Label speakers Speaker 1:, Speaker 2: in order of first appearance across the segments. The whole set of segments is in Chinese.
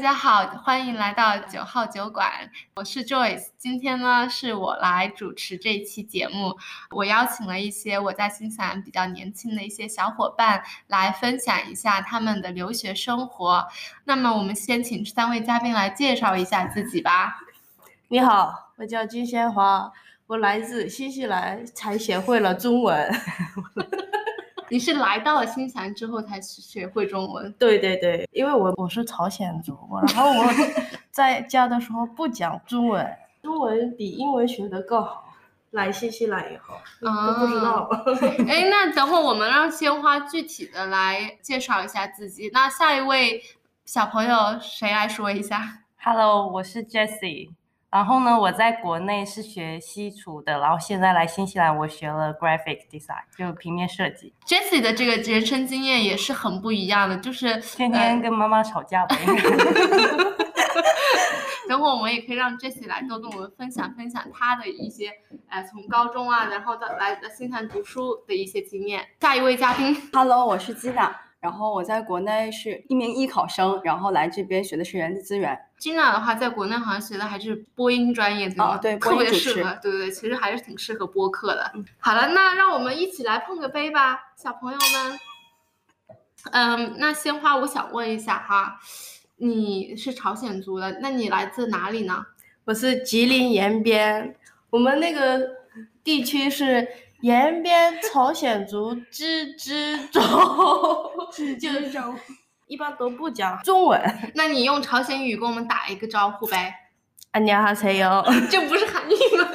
Speaker 1: 家好，欢迎来到九号酒馆，我是 Joyce。今天呢，是我来主持这一期节目。我邀请了一些我在新西兰比较年轻的一些小伙伴来分享一下他们的留学生活。那么，我们先请三位嘉宾来介绍一下自己吧。
Speaker 2: 你好，我叫金鲜华，我来自新西兰，才学会了中文。
Speaker 1: 你是来到了新西兰之后才学会中文？
Speaker 2: 对对对，因为我我是朝鲜族，然后 我在家的时候不讲中文，中文比英文学得更好。来新西兰以后嗯
Speaker 1: 啊
Speaker 2: 都不知 道，
Speaker 1: 哎，那等会儿我们让鲜花具体的来介绍一下自己。那下一位小朋友谁来说一下？
Speaker 3: Hello，我是 Jessie。然后呢，我在国内是学西厨的，然后现在来新西兰，我学了 graphic design，就平面设计。
Speaker 1: Jessie 的这个人生经验也是很不一样的，就是呃
Speaker 3: 天
Speaker 1: 嗯
Speaker 3: 天跟妈妈吵架 呗。
Speaker 1: 等会儿我们也可以让 Jessie 来多跟我们分享分享她的一些，呃，从高中啊，然后到来来新西兰读书的一些经验。下一位嘉宾，
Speaker 4: Hello，我是吉娜，然后我在国内是一名艺考生，然后来这边学的是人力资源。
Speaker 1: Gina 的话，在国内好像学的还是播音专业，对吗？
Speaker 4: 哦对
Speaker 1: 特
Speaker 4: 播
Speaker 1: 别
Speaker 4: 音主
Speaker 1: 适
Speaker 4: 持嗯
Speaker 1: 合，对对对，其实还是挺适合播客的。好了，那让我们一起来碰个杯吧，小朋友们。嗯，那鲜花，我想问一下哈，你是朝鲜族的，那你来自哪里呢？
Speaker 2: 我是吉林延边，我们那个地区是延边朝鲜族自治州，自治州一般都不讲中文。
Speaker 1: 那你用朝鲜语跟我们打一个招呼呗，
Speaker 2: 안녕하세요。
Speaker 1: 这不是韩语吗？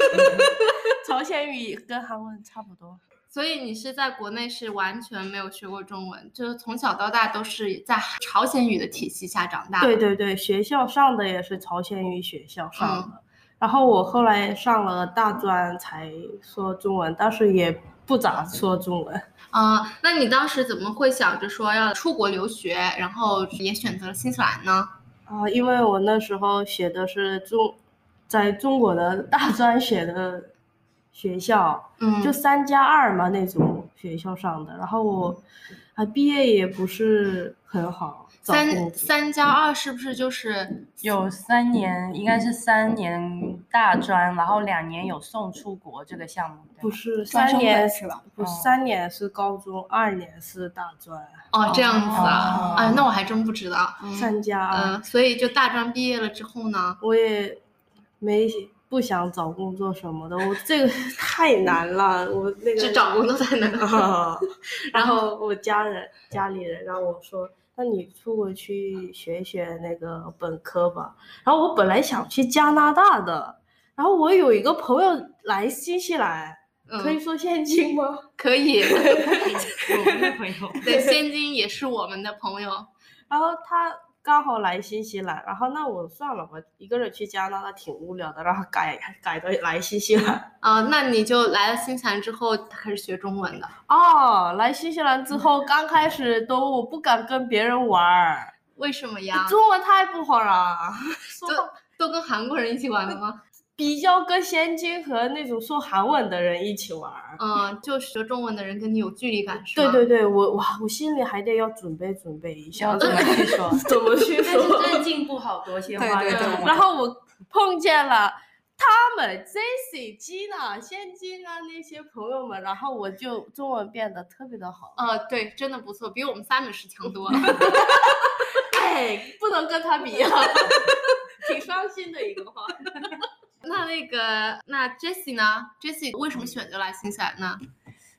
Speaker 2: 朝鲜语跟韩文差不多。
Speaker 1: 所以你是在国内是完全没有学过中文，就是从小到大都是在朝鲜语的体系下长大的。
Speaker 2: 对对对，学校上的也是朝鲜语学校
Speaker 1: 嗯
Speaker 2: 上的，然后我后来上了大专才说中文，但是也不咋说中文。
Speaker 1: 啊、那你当时怎么会想着说要出国留学，然后也选择了新西兰呢？
Speaker 2: 啊，因为我那时候学的是中，在中国的大专学的学校，
Speaker 1: 嗯
Speaker 2: 就三加二嘛那种学校上的。然后我啊毕业也不是很好找工
Speaker 1: 三
Speaker 2: 作，
Speaker 1: 三加二是不是就是
Speaker 3: 有三年，应该是三年大专，然后两年有送出国这个项目。对
Speaker 2: 不
Speaker 3: 吗
Speaker 2: 是
Speaker 4: 专
Speaker 2: 三
Speaker 4: 升
Speaker 2: 年
Speaker 4: 本是吧？
Speaker 2: 不是
Speaker 3: 哦
Speaker 2: 三年是高中，二年是大专，
Speaker 1: 哦这样子啊？
Speaker 3: 哦
Speaker 1: 啊，那我还真不知道。
Speaker 2: 三加
Speaker 1: 嗯、
Speaker 2: 二。
Speaker 1: 所以就大专毕业了之后呢，
Speaker 2: 我也没不想找工作什么的，我这个 太难了，我那个
Speaker 1: 只找工作才能。
Speaker 2: 啊。 然后我家人家里人让我说，那你出国去学一学那个本科吧。然后我本来想去加拿大的，然后我有一个朋友来新西兰，
Speaker 1: 嗯，
Speaker 2: 可以说现金吗？
Speaker 1: 可以，
Speaker 3: 我没有回头。
Speaker 1: 对，现金也是我们的朋友。
Speaker 2: 然后他。刚好来新西兰，然后那我算了吧，一个人去加拿大挺无聊的，然后改改到来新西兰，
Speaker 1: 啊、那你就来了新西兰之后开始学中文的，
Speaker 2: 哦，来新西兰之后，刚开始都我不敢跟别人玩儿，
Speaker 1: 为什么 呀？
Speaker 2: 中文太不好了，说
Speaker 1: 都都跟韩国人一起玩了吗？
Speaker 2: 比较跟现金和那种说韩文的人一起玩儿。
Speaker 1: 嗯、就学中文的人跟你有距离感是
Speaker 2: 对
Speaker 1: 吗？
Speaker 2: 对对，我哇，我心里还得要准备准备一下，
Speaker 3: 要怎么去说？
Speaker 2: 怎么去
Speaker 3: 但是
Speaker 2: 说？
Speaker 3: 真的进步好多，鲜
Speaker 4: 对
Speaker 3: 花
Speaker 4: 对
Speaker 3: 跟
Speaker 4: 对
Speaker 3: 我
Speaker 2: 然后我碰见了他们 Jessie、Gina、现金啊那些朋友们，然后我就中文变得特别的好。
Speaker 1: 呃，对，真的不错，比我们三本是强多了。
Speaker 2: 哎，不能跟他比了， 挺伤心的一个话。
Speaker 1: 那那个，那 Jessie 呢？Jessie 为什么选择来新西兰呢？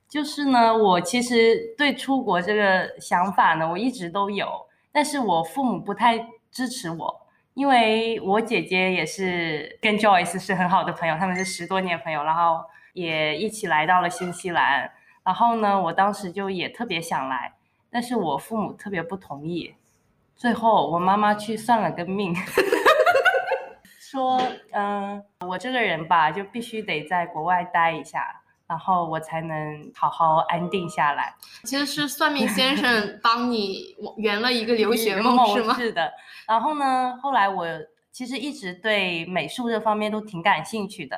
Speaker 3: 就是呢，我其实对出国这个想法呢，我一直都有，但是我父母不太支持我，因为我姐姐也是跟 Joyce 是很好的朋友，他们是十多年朋友，然后也一起来到了新西兰。然后呢，我当时就也特别想来，但是我父母特别不同意。最后，我妈妈去算了个命， 说，嗯、我这个人吧，就必须得在国外待一下，然后我才能好好安定下来。
Speaker 1: 其实是算命先生帮你圆了一个留学 梦，是吗？
Speaker 3: 嗯是的。然后呢，后来我其实一直对美术这方面都挺感兴趣的。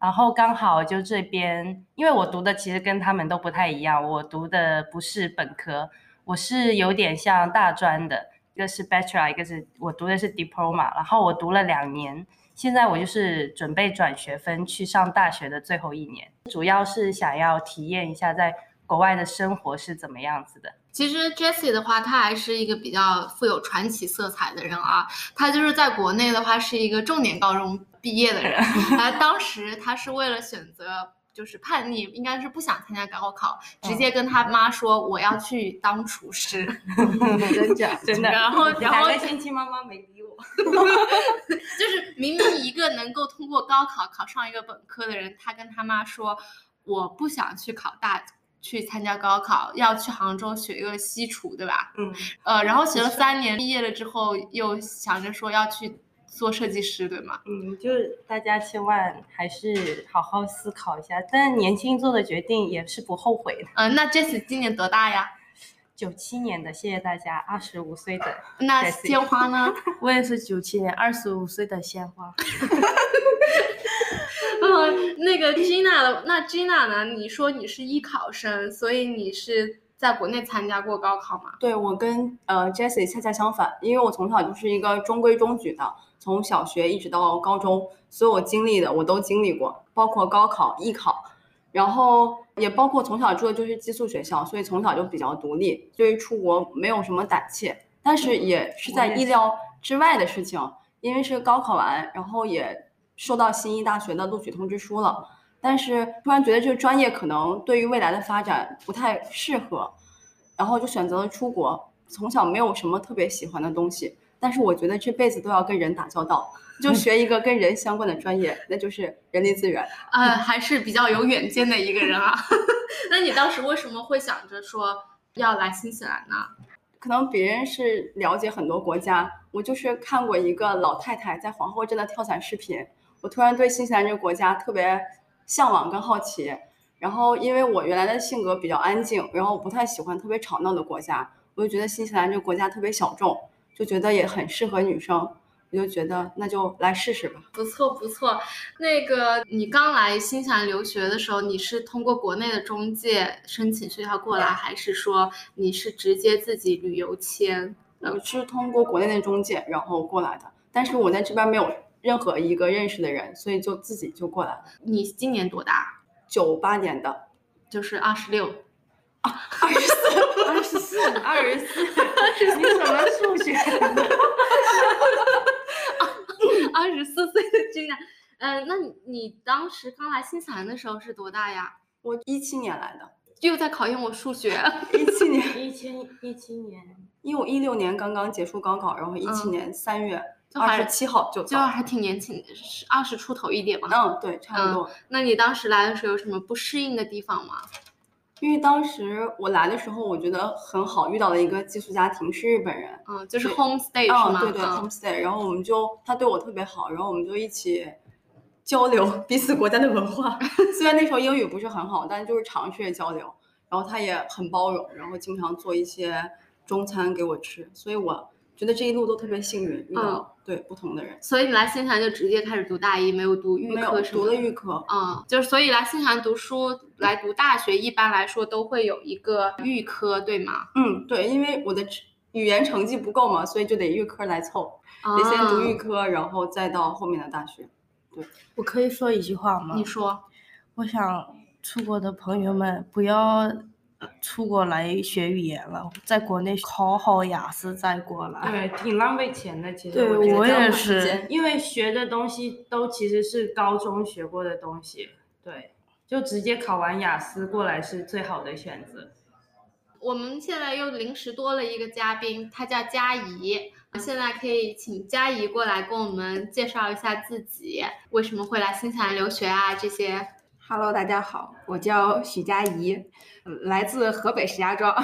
Speaker 3: 然后刚好就这边，因为我读的其实跟他们都不太一样，我读的不是本科，我是有点像大专的，个是 Bachelor，一个是我读的是 Diploma，然后我读了两年，现在我就是准备转学分去上大学的最后一年，主要是想要体验一下在国外的生活是怎么样 子的。
Speaker 1: 其实 Jessie 的话，她还是一个比较富有传奇色彩的人啊。她就是在国内的话，是一个重点高中毕业的人。啊，当时她是为了选择就是叛逆，应该是不想参加高考，直接跟她妈说我要去当厨师。
Speaker 4: 真假？
Speaker 3: 真的，
Speaker 1: 然后然后
Speaker 3: 两个星期妈妈没理我。
Speaker 1: 就是明明一个能够通过高考考上一个本科的人，他跟他妈说，我不想去考大，去参加高考，要去杭州学一个西厨，对吧？
Speaker 3: 嗯，
Speaker 1: 呃，然后学了三年，毕业了之后又想着说要去做设计师，对吗？
Speaker 3: 嗯，就是大家千万还是好好思考一下，但年轻做的决定也是不后悔的。
Speaker 1: 呃，那 Jesse 今年多大呀？
Speaker 3: 九七年的，谢谢大家，二十五岁的，
Speaker 1: 那
Speaker 3: Jesse
Speaker 1: 鲜花呢？
Speaker 2: 我也是九七年，二十五岁的鲜花。
Speaker 1: 呃，那个 Gina 的，那 Gina 呢？你说你是艺考生，所以你是在国内参加过高考吗？
Speaker 4: 对我跟呃 Jessie 恰恰相反，因为我从小就是一个中规中矩的，从小学一直到高中，所有经历的我都经历过，包括高考、艺考，然后也包括从小住的就是寄宿学校，所以从小就比较独立，对于出国没有什么胆怯，但是也嗯是在
Speaker 3: 我也
Speaker 4: 意料之外的事情，因为是高考完，然后也收到新一大学的录取通知书了，但是突然觉得这个专业可能对于未来的发展不太适合，然后就选择了出国。从小没有什么特别喜欢的东西，但是我觉得这辈子都要跟人打交道，就学一个跟人相关的专业，那就是人力资源。
Speaker 1: 呃，还是比较有远见的一个人啊。 那你当时为什么会想着说要来新西兰呢？
Speaker 4: 可能别人是了解很多国家，我就是看过一个老太太在皇后镇的跳伞视频，我突然对新西兰这个国家特别向往跟好奇。然后因为我原来的性格比较安静，然后我不太喜欢特别吵闹的国家，我就觉得新西兰这个国家特别小众，就觉得也很适合女生，我就觉得那就来试试吧。
Speaker 1: 不错不错，那个你刚来新西兰留学的时候，你是通过国内的中介申请学校过来，还是说你是直接自己旅游签？
Speaker 4: 我呃是通过国内的中介然后过来的，但是我在这边没有任何一个认识的人，所以就自己就过来了。
Speaker 1: 你今年多大？
Speaker 4: 九八年的，
Speaker 1: 就是二十六。
Speaker 2: 二十四，
Speaker 3: 二十四， 你什么数学？
Speaker 1: 二十四岁的君然，呃，那你你当时刚来新西兰的时候是多大呀？
Speaker 4: 我一七年来的。
Speaker 1: 又在考验我数学。
Speaker 4: 一七年，
Speaker 3: 一千一七年，
Speaker 4: 因为我一六年刚刚结束高考，然后一七
Speaker 1: 嗯
Speaker 4: 年三月
Speaker 1: 就还
Speaker 4: 二十七号就
Speaker 1: 就
Speaker 4: 到
Speaker 1: 还挺年轻，二十出头一点嘛。
Speaker 4: 嗯，对，差
Speaker 1: 嗯
Speaker 4: 不多。
Speaker 1: 那你当时来的时候有什么不适应的地方吗？
Speaker 4: 因为当时我来的时候，我觉得很好，遇到了一个寄宿家庭是日本人，
Speaker 1: 嗯，就是
Speaker 4: 对
Speaker 1: homestay 是
Speaker 4: 嗯，
Speaker 1: 吗？
Speaker 4: 对对
Speaker 1: 嗯
Speaker 4: ，homestay，然后我们就他对我特别好，然后我们就一起交流彼此国家的文化。 虽然那时候英语不是很好，但就是尝试着交流。然后他也很包容，然后经常做一些中餐给我吃，所以我觉得这一路都特别幸运，遇
Speaker 1: 嗯
Speaker 4: 到对不同的人。
Speaker 1: 所以你来新西兰就直接开始读大一，没有读预
Speaker 4: 没有
Speaker 1: 科什么
Speaker 4: 读
Speaker 1: 的
Speaker 4: 了预科，
Speaker 1: 嗯，就是所以来新西兰读书，来读大学，一般来说都会有一个预科，对吗？
Speaker 4: 嗯，对，因为我的成语言成绩不够嘛，所以就得预科来凑，
Speaker 1: 啊
Speaker 4: 得先读预
Speaker 1: 科。
Speaker 4: 科，然后再到后面的大学。
Speaker 2: 我可以说一句话吗？
Speaker 1: 你说，
Speaker 2: 我想出国的朋友们不要出国来学语言了，在国内考好雅思再过来。
Speaker 3: 对，挺浪费钱的。其实
Speaker 2: 对
Speaker 3: 觉得
Speaker 2: 我
Speaker 3: 这样
Speaker 2: 也
Speaker 3: 花时
Speaker 2: 是
Speaker 3: 间因为学的东西都其实是高中学过的东西，对，就直接考完雅思过来是最好的选择。
Speaker 1: 我们现在又临时多了一个嘉宾，他叫佳怡。现在可以请佳怡过来跟我们介绍一下自己，为什么会来新西兰留学啊？这些
Speaker 5: Hello，大家好，我叫许佳怡，呃
Speaker 4: 嗯
Speaker 5: 来自河北石家庄，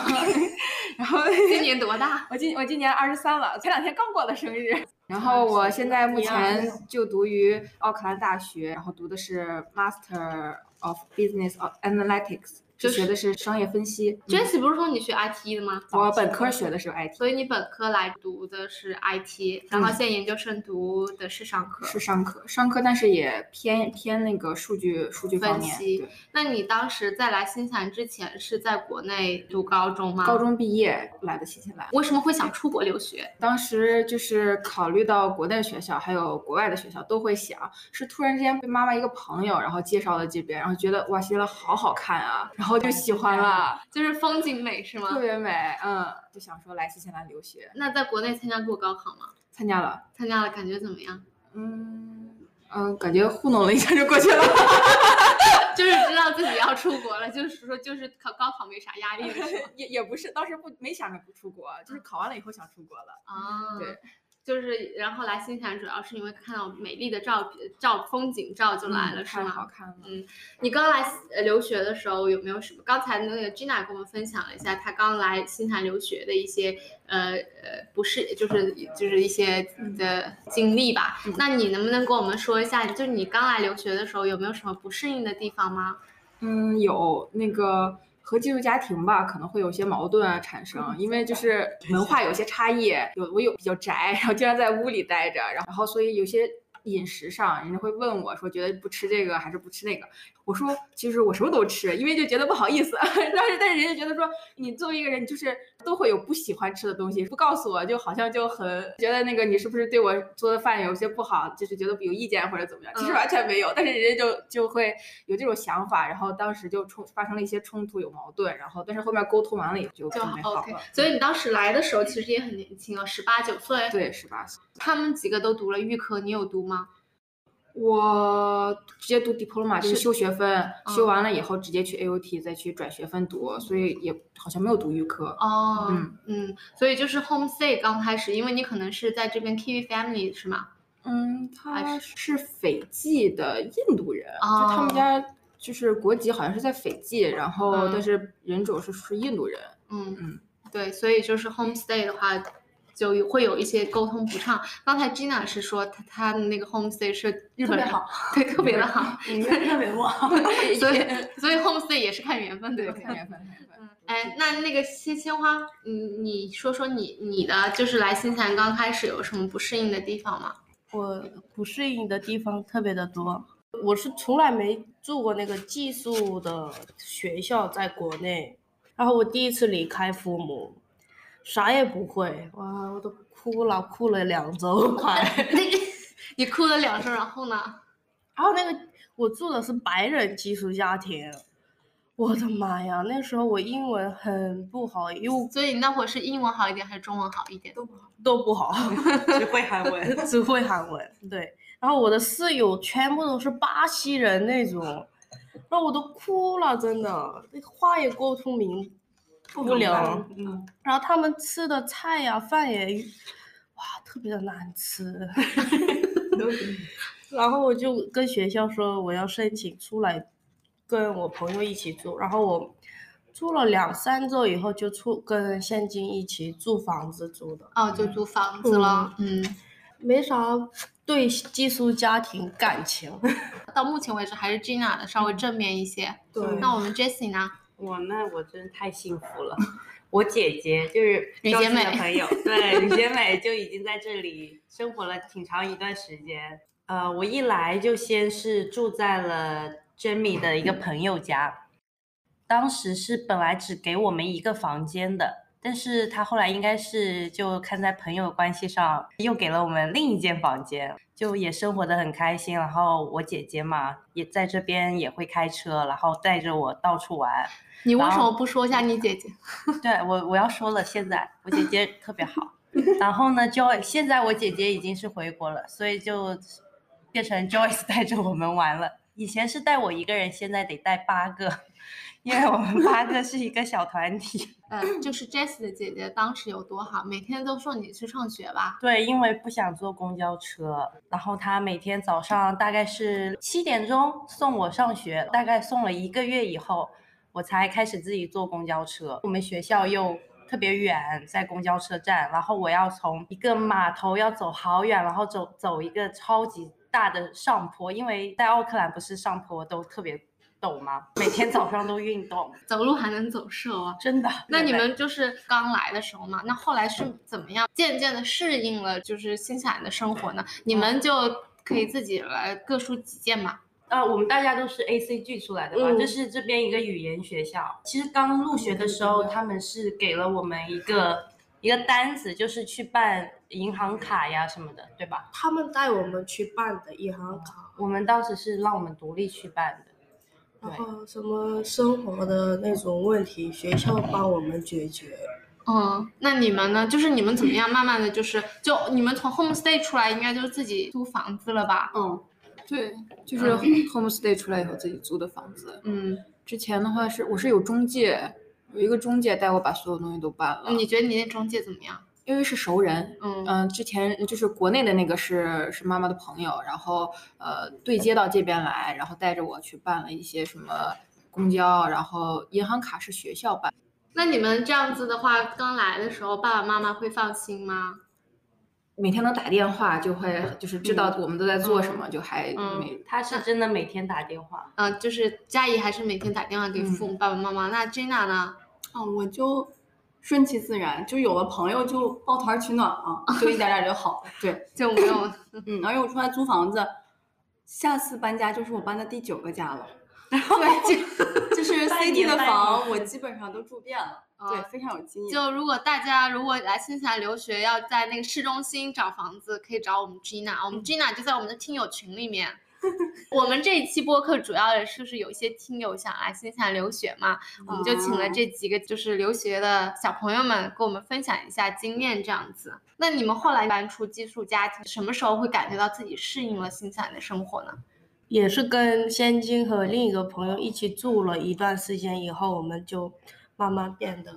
Speaker 5: 然后
Speaker 1: 今年多 大？
Speaker 5: 我今我今年二十三了，前两天刚过了生日。然后我现在目
Speaker 3: 一样
Speaker 5: 前就读于奥克兰大学，然后读的是 Master of Business of Analytics，
Speaker 1: 就
Speaker 5: 就
Speaker 1: 是
Speaker 5: 学的是商业分析。嗯
Speaker 1: Jesse 不是说你学 IT 的吗？
Speaker 5: 我本科学的是 IT，
Speaker 1: 所以你本科来读的是 IT，然
Speaker 4: 嗯
Speaker 1: 后现在研究生读的是商科。
Speaker 5: 是商科，商科但是也偏偏那个数据数据方
Speaker 1: 分
Speaker 5: 面。
Speaker 1: 析
Speaker 5: 对
Speaker 1: 那你当时在来新西兰之前是在国内读高中吗？
Speaker 5: 高中毕业来的新西兰，
Speaker 1: 为什么会想出国留学？
Speaker 5: 当时就是考虑到国内学校还有国外的学校都会想，是突然之间被妈妈一个朋友然后介绍了这边，然后觉得哇新西兰好好看啊，然后就喜欢了，
Speaker 1: 就是风景美是吗
Speaker 5: 特？别美，嗯，就想说来新西兰留学，
Speaker 1: 那在国内参加过高考吗？
Speaker 5: 参加了，
Speaker 1: 参加了，感觉怎么样？
Speaker 5: 嗯嗯，感觉糊弄了一下就过去了。
Speaker 1: 就是知道自己要出国了，就是说就是考高考没啥压力的 是吗？
Speaker 5: 也也不是，当时不没想着不出国，就是考完了以后想出国了。
Speaker 1: 啊，
Speaker 5: 对，
Speaker 1: 就是然后来新西兰主要是因为看到美丽的照片照风景照就来了、是
Speaker 5: 嗯太好
Speaker 1: 吗？
Speaker 5: 看了。
Speaker 1: 嗯你刚来呃留学的时候有没有什么？刚才那个 Gina 跟我们分享了一下她刚来新西兰留学的一些呃呃不是就是就是一些的经历吧。
Speaker 5: 嗯
Speaker 1: 那你能不能跟我们说一下，就是你刚来留学的时候有没有什么不适应的地方吗？
Speaker 5: 嗯，有那个和寄宿家庭吧，可能会有些矛盾啊产生，因为就是文化有些差异。有我有比较宅，然后经常在屋里待着，然后所以有些。饮食上，人家会问我说，觉得不吃这个还是不吃那个？我说，其实我什么都吃，因为就觉得不好意思。 但是，但是人家觉得说，你作为一个人，你就是都会有不喜欢吃的东西，不告诉我，就好像就很觉得那个你是不是对我做的饭有些不好，就是觉得有意见或者怎么样，其实
Speaker 1: 嗯
Speaker 5: 完全没有。但是人家就就会有这种想法，然后当时就冲发生了一些冲突，有矛盾，然后但是后面沟通完了以后就
Speaker 1: 就
Speaker 5: 准备嗯好
Speaker 1: OK
Speaker 5: 了。。
Speaker 1: 所以你当时来的时候其实也很年轻哦，十八九岁。
Speaker 5: 对，嗯十八岁，
Speaker 1: 他们几个都读了预科，你有读吗？
Speaker 5: 我直接读 diploma 就是
Speaker 1: 是
Speaker 5: 修学分，
Speaker 1: 嗯
Speaker 5: 修完了以后直接去 AOT 再去转学分读，所以也好像没有读预科。
Speaker 1: 哦，
Speaker 5: 嗯
Speaker 1: 所以就是 homestay 刚开始，因为你可能是在这边 Kiwi family 是吗？
Speaker 5: 嗯，
Speaker 1: 还
Speaker 5: 他是斐济的印度人，就他
Speaker 1: 哦
Speaker 5: 们家就是国籍好像是在斐济，然后
Speaker 1: 嗯
Speaker 5: 但是人种是是印度人。
Speaker 1: 嗯
Speaker 5: 嗯，
Speaker 1: 对，所以就是 homestay 的话，就有会有一些沟通不畅。刚才 Gina 是说她她的那个 homestay 是日
Speaker 4: 特
Speaker 1: 本
Speaker 4: 别
Speaker 1: 人
Speaker 4: 好，
Speaker 1: 对，特别的好，
Speaker 4: 你认为我
Speaker 1: 所以所以 homestay 也是看缘分，对
Speaker 5: 对，
Speaker 1: 吧？
Speaker 5: 看缘分，看缘分。
Speaker 1: 哎，那那个鲜鲜花，你你说说你你的就是来新西兰刚开始有什么不适应的地方吗？
Speaker 2: 我不适应的地方特别的多。我是从来没住过那个寄宿的学校，在国内，然后我第一次离开父母，啥也不会，哇，我都哭了，哭了两周 快。
Speaker 1: 你哭了两声，然后呢？
Speaker 2: 然后那个我住的是白人寄宿家庭，我的妈呀，那时候我英文很不好，又
Speaker 1: 所以你那会儿是英文好一点还是中文好一点？
Speaker 2: 都不好。
Speaker 3: 只会韩 文。
Speaker 2: 只会韩文， 对。然后我的室友全部都是巴西人那种，然后我都哭了，真的，话也沟通明不了。
Speaker 3: 嗯，
Speaker 2: 然后他们吃的菜呀、饭也，哇，特别的难吃。然后我就跟学校说我要申请出来，跟我朋友一起住。然后我住了两三周以后就出跟现金一起住房子住的。
Speaker 1: 哦，就租房子了。嗯，
Speaker 2: 没啥对寄宿家庭感情。
Speaker 1: 到目前为止还是 Gina 的稍微正面一些。
Speaker 2: 对
Speaker 1: 那我们 Jessie 呢？
Speaker 3: 我那我真是太幸福了。我姐姐就是
Speaker 1: 吕
Speaker 3: 周
Speaker 1: 洁
Speaker 3: 四的
Speaker 1: 美
Speaker 3: 朋友，对，吕洁美就已经在这里生活了挺长一段时间。呃，我一来就先是住在了 Jamie 的一个朋友家，当时是本来只给我们一个房间的。但是他后来应该是就看在朋友关系上，又给了我们另一间房间，就也生活的很开心。然后我姐姐嘛，也在这边也会开车，然后带着我到处玩。
Speaker 1: 你为
Speaker 3: 然
Speaker 1: 什
Speaker 3: 后
Speaker 1: 么不说一下你姐姐？
Speaker 3: 对我我要说了，现在我姐姐特别好，然后呢，Joy 现在我姐姐已经是回国了，所以就变成 Joyce 带着我们玩了。以前是带我一个人，现在得带八个，因为我们八个是一个小团体。
Speaker 1: 呃，就是 Jessie 的姐姐当时有多好，每天都送你去上学吧。
Speaker 3: 对，因为不想坐公交车，然后她每天早上大概是七点钟送我上学，大概送了一个月以后，我才开始自己坐公交车。我们学校又特别远，在公交车站，然后我要从一个码头要走好远，然后走走一个超级大的上坡，因为在奥克兰不是上坡都特别。抖吗？每天早上都运动，
Speaker 1: 走路还能走瘦啊？
Speaker 3: 真的。
Speaker 1: 那你
Speaker 3: 原来
Speaker 1: 们就是刚来的时候嘛，那后来是怎么样渐渐的适应了就是新西兰的生活呢？你们就可以自己来各抒己见嘛。
Speaker 3: 呃，我们大家都是 A C G 出来的嘛，
Speaker 4: 嗯
Speaker 3: 这是这边一个语言学校。其实刚入学的时候，他们是给了我们一个一个单子，就是去办银行卡呀什么的，对吧？
Speaker 2: 他们带我们去办的银行卡，
Speaker 3: 我们当时是让我们独立去办的。
Speaker 2: 然
Speaker 3: 对
Speaker 2: 后什么生活的那种问题，学校帮我们解决。
Speaker 1: 嗯，那你们呢？就是你们怎么样，慢慢的就是就你们从 homestay 出来，应该就是自己租房子了吧？
Speaker 5: 嗯，对，就是 homestay 出来以后自己租的房子。
Speaker 1: 嗯，
Speaker 5: 之前的话是我是有中介，有一个中介带我把所有东西都办了，
Speaker 1: 你觉得你那中介怎么样？
Speaker 5: 因为是熟人。
Speaker 1: 嗯
Speaker 5: 嗯、之前就是国内的那个是是妈妈的朋友，然后呃对接到这边来，然后带着我去办了一些什么公交，然后银行卡是学校办。
Speaker 1: 那你们这样子的话，刚来的时候，爸爸妈妈会放心吗？
Speaker 5: 每天能打电话，就会就是知道我们都在做什么，就还
Speaker 1: 嗯
Speaker 5: 没
Speaker 3: 他是真的每天打电话，
Speaker 1: 嗯、就是佳怡还是每天打电话给父母、爸爸妈妈。那 Jenna 呢？
Speaker 4: 啊，我就顺其自然，就有了朋友就抱团取暖啊，就一点点就好。对，
Speaker 1: 就没有
Speaker 4: 嗯，而且我出来租房子，下次搬家就是我搬的第九个家 了。然后就就是
Speaker 3: 半
Speaker 4: CT
Speaker 3: 年啊
Speaker 4: 的
Speaker 3: 半
Speaker 4: 房，
Speaker 3: 年
Speaker 4: 我基本上都住遍了，对，非常有经验。
Speaker 1: 就如果大家如果来新西兰留学，要在那个市中心找房子，可以找我们 Gina，我们 Gina 就在我们的听友群里面。 我们这一期播客主要也是就是有一些听友想来新西兰留学嘛，我们就请了这几个就是留学的小朋友们跟我们分享一下经验这样子。那你们后来搬出寄宿家庭，什么时候会感觉到自己适应了新西兰的生活呢？
Speaker 2: 也是跟仙金和另一个朋友一起住了一段时间以后，我们就慢慢变得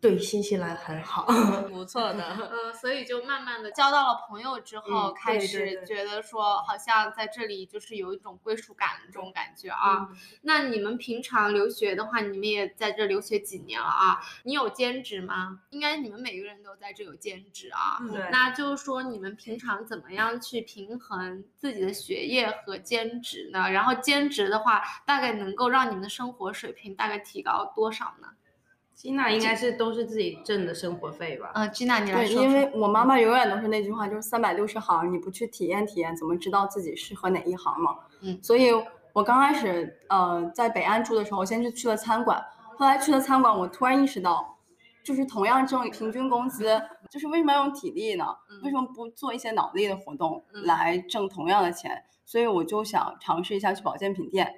Speaker 2: 对新西兰很好。
Speaker 5: 不错的。
Speaker 1: 嗯，所以就慢慢的交到了朋友之后，
Speaker 2: 嗯
Speaker 1: 开
Speaker 2: 对对
Speaker 1: 始
Speaker 2: 对
Speaker 1: 觉得说好像在这里就是有一种归属感的这种感觉啊。
Speaker 4: 嗯
Speaker 1: 那你们平常留学的话，你们也在这留学几年了啊？你有兼职吗？应该你们每个人都在这有兼职啊。
Speaker 4: 嗯
Speaker 3: 对
Speaker 1: 那就是说你们平常怎么样去平衡自己的学业和兼职呢？然后兼职的话，大概能够让你们的生活水平大概提高多少呢？
Speaker 3: 吉娜应该是都是自己挣的生活费吧？
Speaker 1: 嗯、g i n a 你来
Speaker 4: 对，
Speaker 1: 说说。
Speaker 4: 因为我妈妈永远都是那句话，就是三百六十行，你不去体验体验，怎么知道自己适合哪一行嘛？
Speaker 1: 嗯
Speaker 4: 所以我刚开始呃在北安住的时候，我先是去了餐馆，后来去了餐馆，我突然意识到，就是同样挣平均工资，就是为什么要用体力呢？为什么不做一些脑力的活动
Speaker 1: 嗯
Speaker 4: 来挣同样的钱？所以我就想尝试一下去保健品店。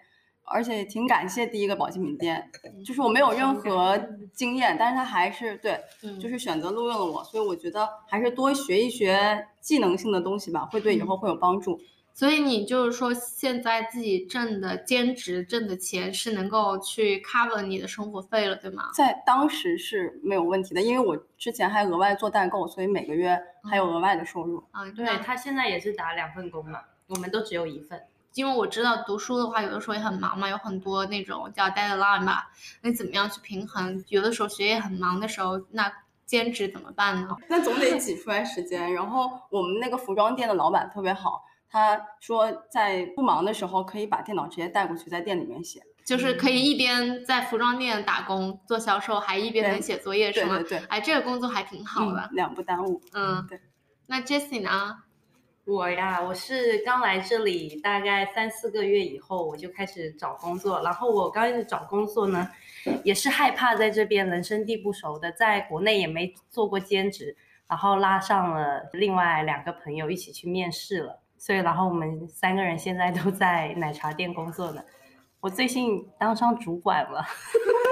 Speaker 4: 而且也挺感谢第一个保健品店，
Speaker 1: 嗯
Speaker 4: 就是我没有任何经验，但是他还是对
Speaker 1: 嗯
Speaker 4: 就是选择录用了我，所以我觉得还是多学一学技能性的东西吧，会对以
Speaker 1: 嗯
Speaker 4: 后会有帮助。
Speaker 1: 所以你就是说，现在自己挣的兼职挣的钱是能够去 cover 你的生活费了，对吗？
Speaker 4: 在当时是没有问题的，因为我之前还额外做代购，所以每个月还有额外的收入。
Speaker 1: 啊，
Speaker 3: 对
Speaker 1: 那
Speaker 3: 他现在也是打两份工嘛，我们都只有一份。
Speaker 1: 因为我知道读书的话，有的时候也很忙嘛，有很多那种叫 deadline 吧，那怎么样去平衡？有的时候学业很忙的时候，那兼职怎么办呢？
Speaker 4: 那总得挤出来时间。然后我们那个服装店的老板特别好，他说在不忙的时候可以把电脑直接带过去，在店里面写。
Speaker 1: 就是可以
Speaker 4: 嗯
Speaker 1: 一边在服装店打工做销售，还一边能
Speaker 4: 对
Speaker 1: 写作业，是
Speaker 4: 对
Speaker 1: 吗
Speaker 4: 对？对，
Speaker 1: 哎，这个工作还挺好
Speaker 4: 嗯
Speaker 1: 的。
Speaker 4: 两不耽误。
Speaker 1: 嗯，
Speaker 4: 对。
Speaker 1: 那 Jessie 呢？
Speaker 3: 我呀，我是刚来这里大概三四个月以后，我就开始找工作。然后我刚开始找工作呢，也是害怕在这边人生地不熟的，在国内也没做过兼职，然后拉上了另外两个朋友一起去面试了。所以，然后我们三个人现在都在奶茶店工作呢。我最近当上主管了，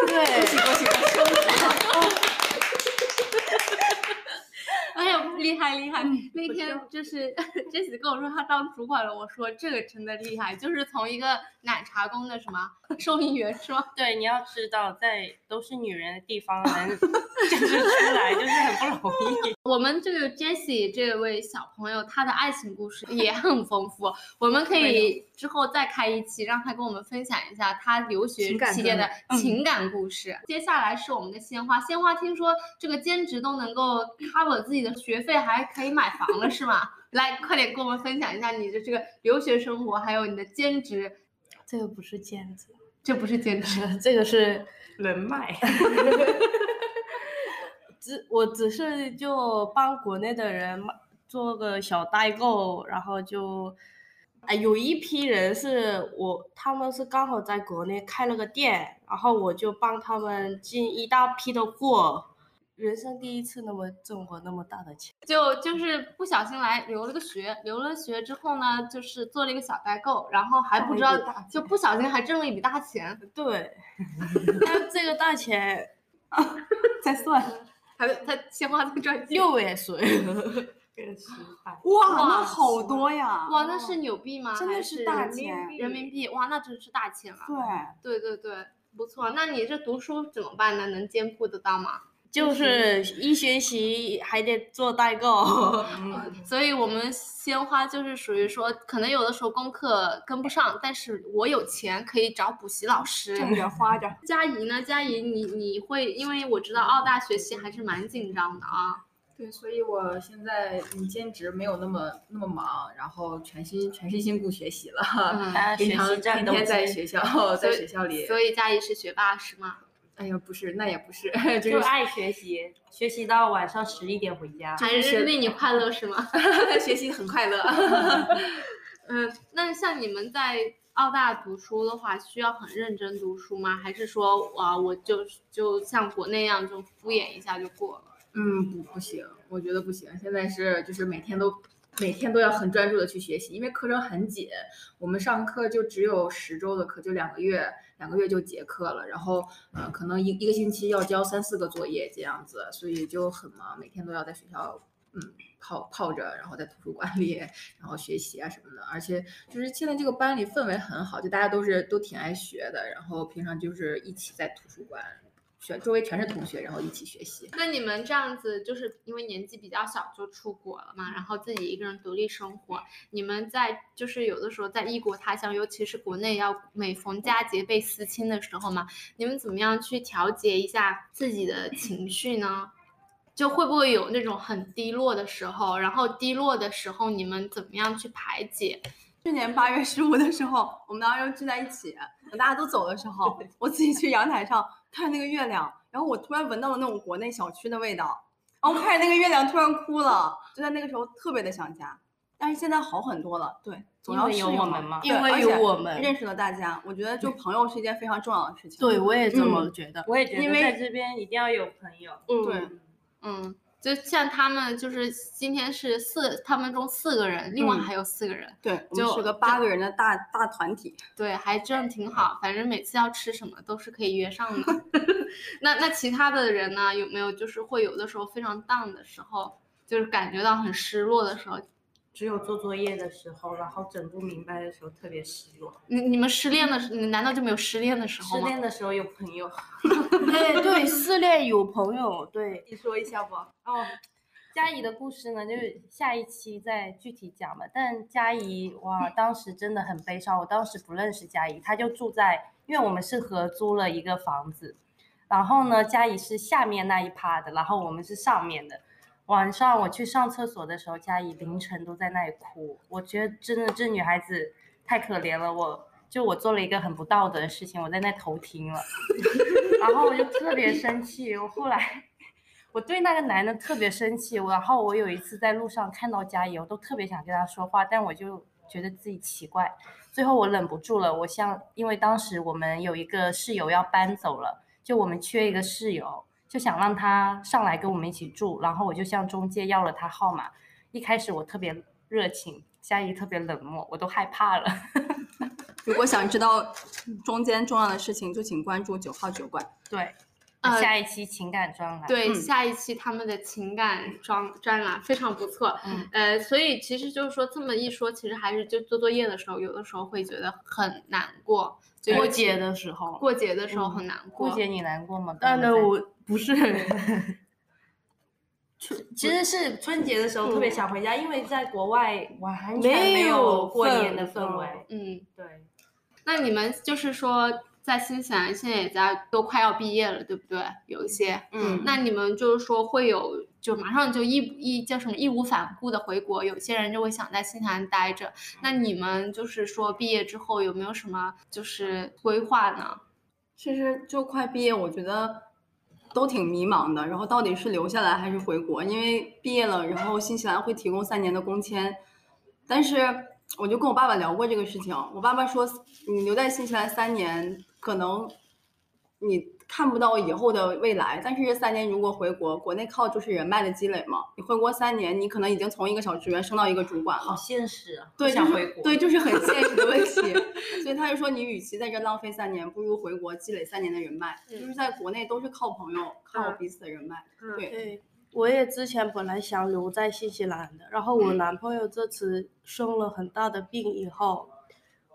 Speaker 4: 恭喜恭喜恭喜！
Speaker 1: 哎呦，厉害厉害！那天就是 Jesse 跟我说他当主管了，我说这个真的厉害，就是从一个奶茶工的什么 收银员说，
Speaker 3: 对，你要知道，在都是女人的地 方，能就是出来就是很不容易。
Speaker 1: 我们这个 Jesse 这位小朋友，他的爱情故事也很丰富，我们可以之后再开一期，让他跟我们分享一下他留学
Speaker 5: 情感嗯
Speaker 1: 期间的情感故事。接下来是我们的鲜花，鲜花听说这个兼职都能够 cover 自己的学费，还可以买房了， 是吗？来，快点跟我们分享一下你的这个留学生活，还有你的兼职。
Speaker 2: 这个不是尖子，
Speaker 1: 这不是兼职，
Speaker 2: 这个是
Speaker 3: 人脉。
Speaker 2: 只我只是就帮国内的人卖做个小代购，然后就，哎，有一批人是我，他们是刚好在国内开了个店，然后我就帮他们进一大批的货。人生第一次那么挣过那么大的钱，
Speaker 1: 就就是不小心来留了个学，留了学之后呢，就是做了一个小代购，然后还不知道
Speaker 4: 赚了一笔大，钱
Speaker 1: 就不小心还挣了一笔大 钱。
Speaker 2: 对， 但这个大钱
Speaker 4: 再算。
Speaker 1: 他他鲜花在赚钱，
Speaker 2: 六位数，
Speaker 5: 个失败。
Speaker 4: 哇，
Speaker 1: 哇
Speaker 4: 那好多呀！
Speaker 1: 哇，那是纽币吗？
Speaker 4: 哦真的
Speaker 1: 还
Speaker 4: 是
Speaker 1: 是啊
Speaker 4: 大
Speaker 1: 人民
Speaker 4: 钱
Speaker 1: 币人民币，哇，那真是大钱了。
Speaker 4: 对，
Speaker 1: 对对对，不错。那你这读书怎么办呢？能兼顾得到吗？
Speaker 2: 就是一学期还得做代购。
Speaker 1: 所以我们鲜花就是属于说，可能有的时候功课跟不上，但是我有钱可以找补习老师。
Speaker 4: 挣着花着。
Speaker 1: 佳怡呢？佳怡，你你会因为我知道澳大学习还是蛮紧张的啊。
Speaker 5: 对，所以我现在嗯兼职没有那么那么忙，然后全心全身心顾学习了。
Speaker 1: 嗯，
Speaker 3: 大家学
Speaker 5: 平常
Speaker 3: 习战
Speaker 5: 天
Speaker 3: 斗
Speaker 5: 天在
Speaker 3: 机，
Speaker 5: 学校，在
Speaker 1: 所以
Speaker 5: 学校里，
Speaker 1: 所以佳怡是学霸是吗？
Speaker 5: 哎呀，不是，那也不是， 就
Speaker 3: 就是爱学习，学习到晚上十一点回家。
Speaker 1: 还啊是令你快乐是吗？
Speaker 5: 学习很快乐。
Speaker 1: 嗯，那像你们在澳大读书的话，需要很认真读书吗？还是说啊，我就就像国内那样就敷衍一下就过了？
Speaker 5: 嗯，不不行，我觉得不行。现在是就是每天都每天都要很专注的去学习，因为课程很紧，我们上课就只有十周的课，就两个月，两个月就结课了。然后呃，可能一一个星期要交三四个作业这样子，所以就很忙，每天都要在学校。嗯，泡泡着，然后在图书馆里， 然后学习啊什么的，而且就是现在这个班里氛围很好，就大家都是都挺爱学的，然后平常就是一起在图书馆学，周围全是同学，然后一起学习。
Speaker 1: 那你们这样子，就是因为年纪比较小就出国了嘛，然后自己一个人独立生活，你们在就是有的时候在异国他乡，尤其是国内要每逢佳节倍思亲的时候嘛，你们怎么样去调节一下自己的情绪呢？就会不会有那种很低落的时候，然后低落的时候你们怎么样去排解？
Speaker 4: 去年八月十五的时候，我们当时聚在一起，等大家都走的时候，我自己去阳台上看那个月亮，然后我突然闻到了那种国内小区的味道，然后看着那个月亮突然哭了，就在那个时候特别的想家，但是现在好很多了，对，总
Speaker 3: 因
Speaker 4: 要
Speaker 3: 为
Speaker 4: 适
Speaker 3: 有
Speaker 4: 应
Speaker 3: 我
Speaker 4: 嘛
Speaker 3: 们嘛
Speaker 4: 对
Speaker 2: 因为
Speaker 4: 而
Speaker 2: 有
Speaker 4: 且
Speaker 2: 我们
Speaker 4: 认识了大家，我觉得就朋友是一件非常重要的事情。嗯
Speaker 2: 对，我也这么觉得。
Speaker 3: 我也觉
Speaker 4: 因
Speaker 3: 得
Speaker 4: 为
Speaker 3: 在这边一定要有朋友。
Speaker 2: 嗯
Speaker 4: 对，
Speaker 1: 嗯，就像他们就是今天是四，他们中四个人，另外
Speaker 4: 嗯
Speaker 1: 还有四个人，
Speaker 4: 对，我
Speaker 1: 就
Speaker 4: 们是个八个人的大大团体。
Speaker 1: 对，还真挺好。反正每次要吃什么都是可以约上的。 那那其他的人呢？有没有就是会有的时候非常 down 的时候，就是感觉到很失落的时候？
Speaker 3: 只有做作业的时候，然后整不明白的时候特别失落。
Speaker 1: 你你们失恋的时，你难道就没有失恋的时
Speaker 3: 失
Speaker 1: 候吗？
Speaker 3: 恋的时候有朋友，
Speaker 2: 对对，失恋有朋友，对，
Speaker 4: 你说一下吧。
Speaker 3: 哦，佳怡的故事呢，就是下一期再具体讲吧。但佳怡哇，当时真的很悲伤。我当时不认识佳怡，她就住在，因为我们是合租了一个房子，然后呢，佳怡是下面那一趴的，然后我们是上面的。晚上我去上厕所的时候，佳怡凌晨都在那里哭。我觉得真的这女孩子太可怜了，我。就我做了一个很不道德的事情，我在那偷听了， 然后我就特别生气。我后来我对那个男的特别生气，我然后我有一次在路上看到佳怡，我都特别想跟他说话，但我就觉得自己奇怪，最后我忍不住了，我像因为当时我们有一个室友要搬走了，就我们缺一个室友，就想让他上来跟我们一起住，然后我就向中介要了他号码，一开始我特别热情，佳怡特别冷漠，我都害怕了。
Speaker 4: 如果想知道中间重要的事情，就请关注九号酒馆。
Speaker 3: 对，
Speaker 1: 呃
Speaker 3: 下一期情感专栏，
Speaker 1: 对，
Speaker 4: 嗯
Speaker 1: 下一期他们的情感专专栏非常不错。
Speaker 3: 嗯
Speaker 1: 呃，所以其实就是说这么一说，其实还是就做作业的时候，有的时候会觉得很难过。就
Speaker 2: 过
Speaker 1: 尤其
Speaker 2: 节的时候。
Speaker 1: 过节的时候
Speaker 3: 嗯
Speaker 1: 很难过。
Speaker 3: 顾姐你难过
Speaker 1: 呃
Speaker 3: 吗？
Speaker 2: 但呢，
Speaker 3: 跟
Speaker 2: 我不是
Speaker 3: 其实是春节的时候特别
Speaker 4: 嗯
Speaker 3: 想回家，因为在国外完全
Speaker 2: 没
Speaker 3: 没
Speaker 2: 有
Speaker 3: 有过
Speaker 2: 氛
Speaker 3: 年的氛
Speaker 2: 围
Speaker 3: 围。
Speaker 1: 嗯，
Speaker 3: 对，
Speaker 1: 那你们就是说，在新西兰现在也在都快要毕业了，对不对？有一些，
Speaker 4: 嗯
Speaker 1: 那你们就是说会有就马上就义义叫什么义无反顾的回国，有些人就会想在新西兰待着。那你们就是说毕业之后有没有什么就是规划呢？
Speaker 4: 其实就快毕业，我觉得都挺迷茫的。然后到底是留下来还是回国？因为毕业了，然后新西兰会提供三年的工签，但是我就跟我爸爸聊过这个事情。我爸爸说，你留在新西兰三年，可能你看不到以后的未来。但是这三年如果回国，国内靠就是人脉的积累嘛。你回国三年，你可能已经从一个小职员升到一个主管了。
Speaker 3: 好现实啊，
Speaker 4: 对，
Speaker 3: 不
Speaker 4: 就
Speaker 3: 想
Speaker 4: 是
Speaker 3: 回国。
Speaker 4: 对，就是很现实 的问题。所以他就说，你与其在这浪费三年，不如回国积累三年的人脉。就是在国内都是靠朋友，靠
Speaker 2: 嗯
Speaker 4: 彼此的人脉。对，
Speaker 2: 对，我也之前本来想留在新西兰的，然后我男朋友这次生了很大的病以后，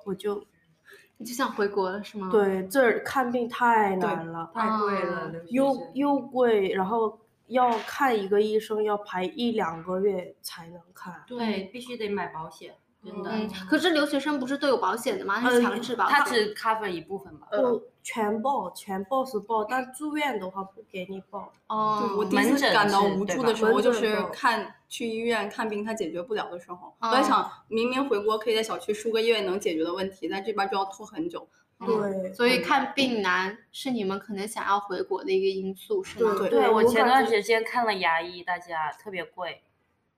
Speaker 2: 我就
Speaker 1: 你就想回国了是吗？，
Speaker 2: 对这儿看病太难了，
Speaker 1: 嗯太贵了，
Speaker 2: 又又贵，然后要看一个医生要排一两个月才能看。
Speaker 3: 对，必须得买保险，真的。
Speaker 1: 嗯，可是留学生不是都有保险的吗？它
Speaker 2: 呃
Speaker 1: 是强制保
Speaker 3: 它
Speaker 1: 险。
Speaker 3: 只 cover 一部
Speaker 4: 呃
Speaker 3: 分吧。
Speaker 2: 我全报全报是报，但住院的话不给你报。
Speaker 1: 哦，
Speaker 4: 我第
Speaker 3: 门
Speaker 4: 一次
Speaker 3: 诊
Speaker 4: 感到
Speaker 3: 是
Speaker 4: 无
Speaker 3: 对
Speaker 4: 助
Speaker 3: 吧
Speaker 4: 的时候，
Speaker 2: 门
Speaker 4: 就
Speaker 2: 诊
Speaker 4: 是
Speaker 2: 的
Speaker 4: 看去医院看病，他解决不了的时候，我在
Speaker 1: 哦
Speaker 4: 想，明明回国可以在小区输个液能解决的问题，但这边就要拖很久。
Speaker 1: 嗯
Speaker 2: 对
Speaker 1: 所以看病难是你们可能想要回国的一个因素，是吗？
Speaker 4: 对
Speaker 2: 对，
Speaker 3: 我前
Speaker 2: 感
Speaker 3: 段
Speaker 2: 觉
Speaker 3: 时间看了牙医，大家特别贵，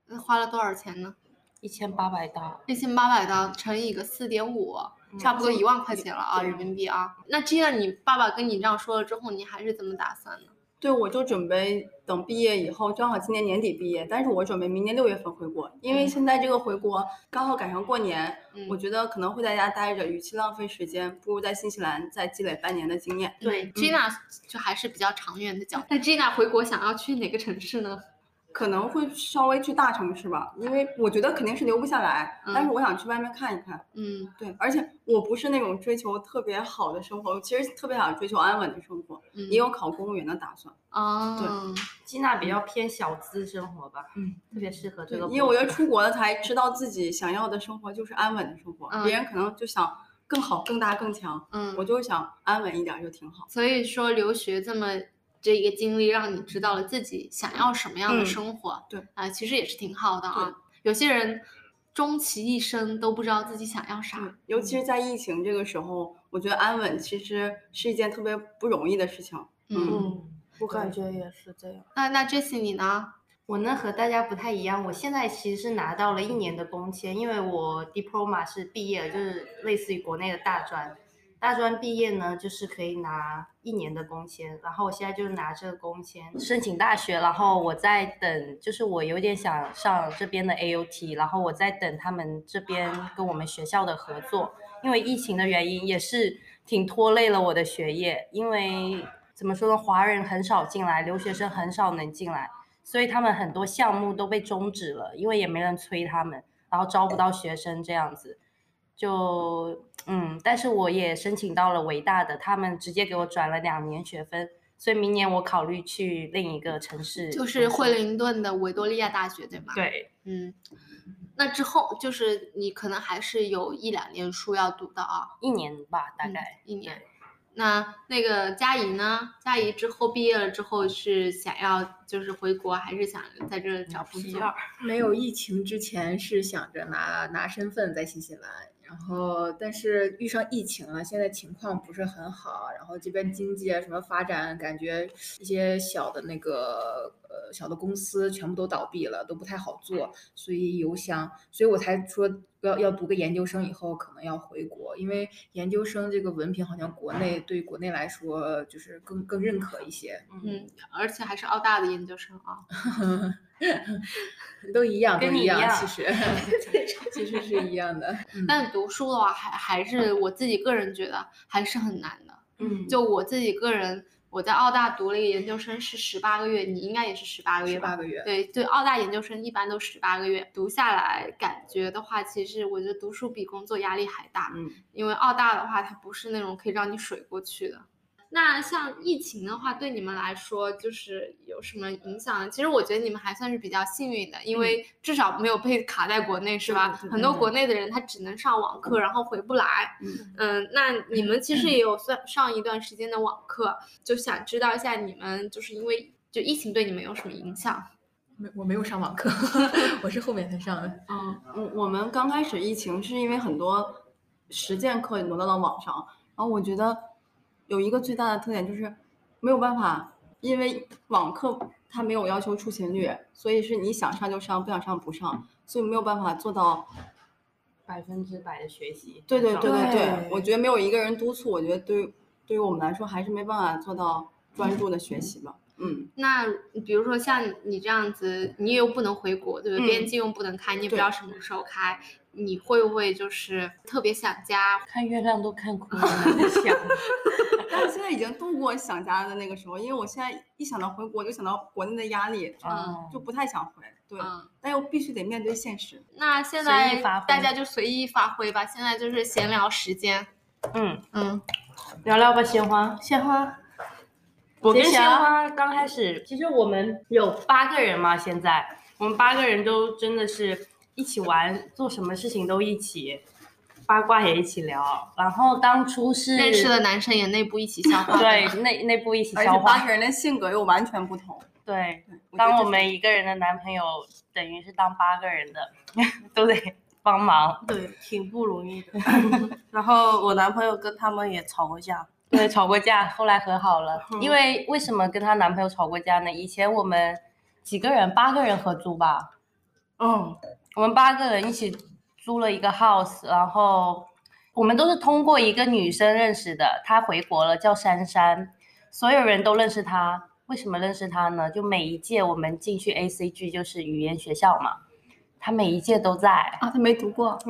Speaker 1: 那花了多少钱呢？
Speaker 3: 一千八百刀。
Speaker 1: 一千八百刀乘以个四点五，差不多嗯一万块钱了啊，
Speaker 4: 对
Speaker 1: 人民币啊。那这样你爸爸跟你这样说了之后，你还是怎么打算呢？
Speaker 4: 对，我就准备等毕业以后，正好今年年底毕业，但是我准备明年六月份回国，因为
Speaker 1: 嗯
Speaker 4: 现在这个回国刚好赶上过年，
Speaker 1: 嗯，
Speaker 4: 我觉得可能会在家待着，与其浪费时间，不如在新西兰再积累半年的经验。
Speaker 1: 对 Gina 就还是比较长远的角度。那 Gina 回国想要去哪个城市呢？
Speaker 4: 可能会稍微去大城市吧，因为我觉得肯定是留不下来，但是
Speaker 1: 嗯
Speaker 4: 我想去外面看一看。
Speaker 1: 嗯
Speaker 4: 对，而且我不是那种追求特别好的生活，我其实特别想追求安稳的生活，
Speaker 1: 嗯，
Speaker 4: 也有考公务员的打算。
Speaker 1: 哦，
Speaker 3: 基娜比较偏小资生活吧，
Speaker 4: 嗯，
Speaker 3: 特别适合这
Speaker 4: 对
Speaker 3: 个，播客。
Speaker 4: 因为我觉得出国了才知道自己想要的生活就是安稳的生活，
Speaker 1: 嗯
Speaker 4: 别人可能就想更好、更大、更强，
Speaker 1: 嗯，
Speaker 4: 我就想安稳一点儿就挺好。
Speaker 1: 所以说留学这么这一个经历，让你知道了自己想要什么样的
Speaker 4: 嗯
Speaker 1: 生活。
Speaker 4: 对
Speaker 1: 啊、其实也是挺好的啊。有些人终其一生都不知道自己想要啥。
Speaker 4: 对，尤其是在疫情这个时候，我觉得安稳其实是一件特别不容易的事情。嗯
Speaker 2: 嗯，我感觉也是这样。
Speaker 1: 那那 Jesse 你呢？
Speaker 6: 我呢和大家不太一样，我现在其实是拿到了一年的工签，因为我 diploma 是毕业了，就是类似于国内的大专。大专毕业呢，就是可以拿一年的工签，然后我现在就拿这个工签。
Speaker 3: 申请大学，然后我在等，就是我有点想上这边的 AUT，然后我在等他们这边跟我们学校的合作，因为疫情的原因也是挺拖累了我的学业，因为怎么说呢，华人很少进来，留学生很少能进来，所以他们很多项目都被终止了，因为也没人催他们，然后招不到学生这样子，就嗯，但是我也申请到了伟大的，他们直接给我转了两年学分。所以明年我考虑去另一个城市，
Speaker 1: 就是惠灵顿的维多利亚大学，对吗？。
Speaker 3: 嗯对，
Speaker 1: 嗯，那之后就是你可能还是有一两年书要读的啊，
Speaker 3: 一年吧，大
Speaker 1: 嗯
Speaker 3: 概。
Speaker 1: 一年。那那个佳怡呢？佳怡之后毕业了之后是想要就是回国，还是想在这
Speaker 3: 嗯
Speaker 1: 儿找工
Speaker 5: 皮
Speaker 1: 作？
Speaker 5: 二没有疫情之前是想着拿拿身份在新西兰，然后但是遇上疫情了，现在情况不是很好，然后这边经济啊什么发展，感觉一些小的那个呃小的公司全部都倒闭了，都不太好做，所以有想，所以我才说要要读个研究生，以后可能要回国，因为研究生这个文凭好像国内对国内来说就是更更认可一些，
Speaker 1: 嗯，而且还是澳大的研究生啊。
Speaker 5: 都一样，都
Speaker 3: 跟你
Speaker 5: 一
Speaker 3: 一样
Speaker 5: 其实其实是一样的。
Speaker 3: 嗯
Speaker 1: 但读书的话，还还是我自己个人觉得还是很难的。
Speaker 6: 嗯，
Speaker 1: 就我自己个人，我在澳大读了一个研究生是十八个月，你应该也是十八个月
Speaker 5: 十
Speaker 1: 吧？
Speaker 5: 八个月，
Speaker 1: 对对，澳大研究生一般都十八个月，读下来感觉的话，其实我觉得读书比工作压力还大，
Speaker 4: 嗯，
Speaker 1: 因为澳大的话，它不是那种可以让你水过去的。那像疫情的话，对你们来说就是有什么影响呢？其实我觉得你们还算是比较幸运的，因
Speaker 4: 嗯
Speaker 1: 为至少没有被卡在国内，是吧？很多国内的人他只能上网课，然后回不来。
Speaker 4: 嗯
Speaker 1: 嗯，那你们其实也有算上一段时间的网课，就想知道一下你们就是因为就疫情对你们有什么影响？
Speaker 7: 没，我没有上网课，我是后面才上的。
Speaker 4: 嗯，我我们刚开始疫情是因为很多实践课挪到了网上，然后我觉得有一个最大的特点就是没有办法，因为网课它没有要求出勤率，所以是你想上就上，不想上不上，所以没有办法做到。
Speaker 3: 百分之百的学习。
Speaker 4: 对对
Speaker 3: 上
Speaker 4: 对对对
Speaker 2: 对，
Speaker 4: 我觉得没有一个人督促，我觉得对于对于我们来说还是没办法做到专注的学习吧。嗯，
Speaker 1: 那比如说像你这样子，你又不能回国，对不对？
Speaker 4: 嗯
Speaker 1: 边境又不能开，你也不
Speaker 4: 对
Speaker 1: 知道什么时候开，你会不会就是特别想家？
Speaker 3: 看月亮都看 哭了，在想
Speaker 4: 但是现在已经度过想家的那个时候，因为我现在一想到回国就想到国内的压力，
Speaker 3: 哦
Speaker 4: 嗯就不太想回。对，
Speaker 1: 嗯，
Speaker 4: 但又必须得面对现实。
Speaker 1: 那现
Speaker 3: 随
Speaker 1: 在
Speaker 3: 意发挥
Speaker 1: 大家就随意发挥吧，现在就是闲聊时间。
Speaker 3: 嗯，
Speaker 1: 嗯，
Speaker 3: 聊聊吧，鲜花。
Speaker 6: 鲜花，
Speaker 3: 我跟
Speaker 6: 谁
Speaker 3: 鲜
Speaker 6: 想要
Speaker 3: 花刚开始，其实我们有八个人嘛，现在我们八个人都真的是一起玩，做什么事情都一起，八卦也一起聊。然后当初是
Speaker 1: 认识的男生也内部一起消化。
Speaker 3: 对，内内部一起
Speaker 4: 而
Speaker 3: 消
Speaker 4: 且八
Speaker 3: 化。
Speaker 4: 个人的性格又完全不同。
Speaker 3: 对，
Speaker 4: 对觉得
Speaker 3: 当
Speaker 4: 这
Speaker 3: 我
Speaker 4: 是
Speaker 3: 们一个人的男朋友，等于是当八个人的， 都得帮忙，
Speaker 2: 对，挺不容易的。然后我男朋友跟他们也吵过架，
Speaker 3: 对，吵过架，后来和好了。
Speaker 4: 嗯
Speaker 3: 因为为什么跟她男朋友吵过架呢？以前我们几个人，八个人合租吧，
Speaker 2: 嗯，
Speaker 3: 我们八个人一起租了一个 house，然后我们都是通过一个女生认识的，她回国了，叫珊珊，所有人都认识她。为什么认识她呢？就每一届我们进去 ACG 就是语言学校嘛，她每一届都在，
Speaker 4: 啊，他没读过。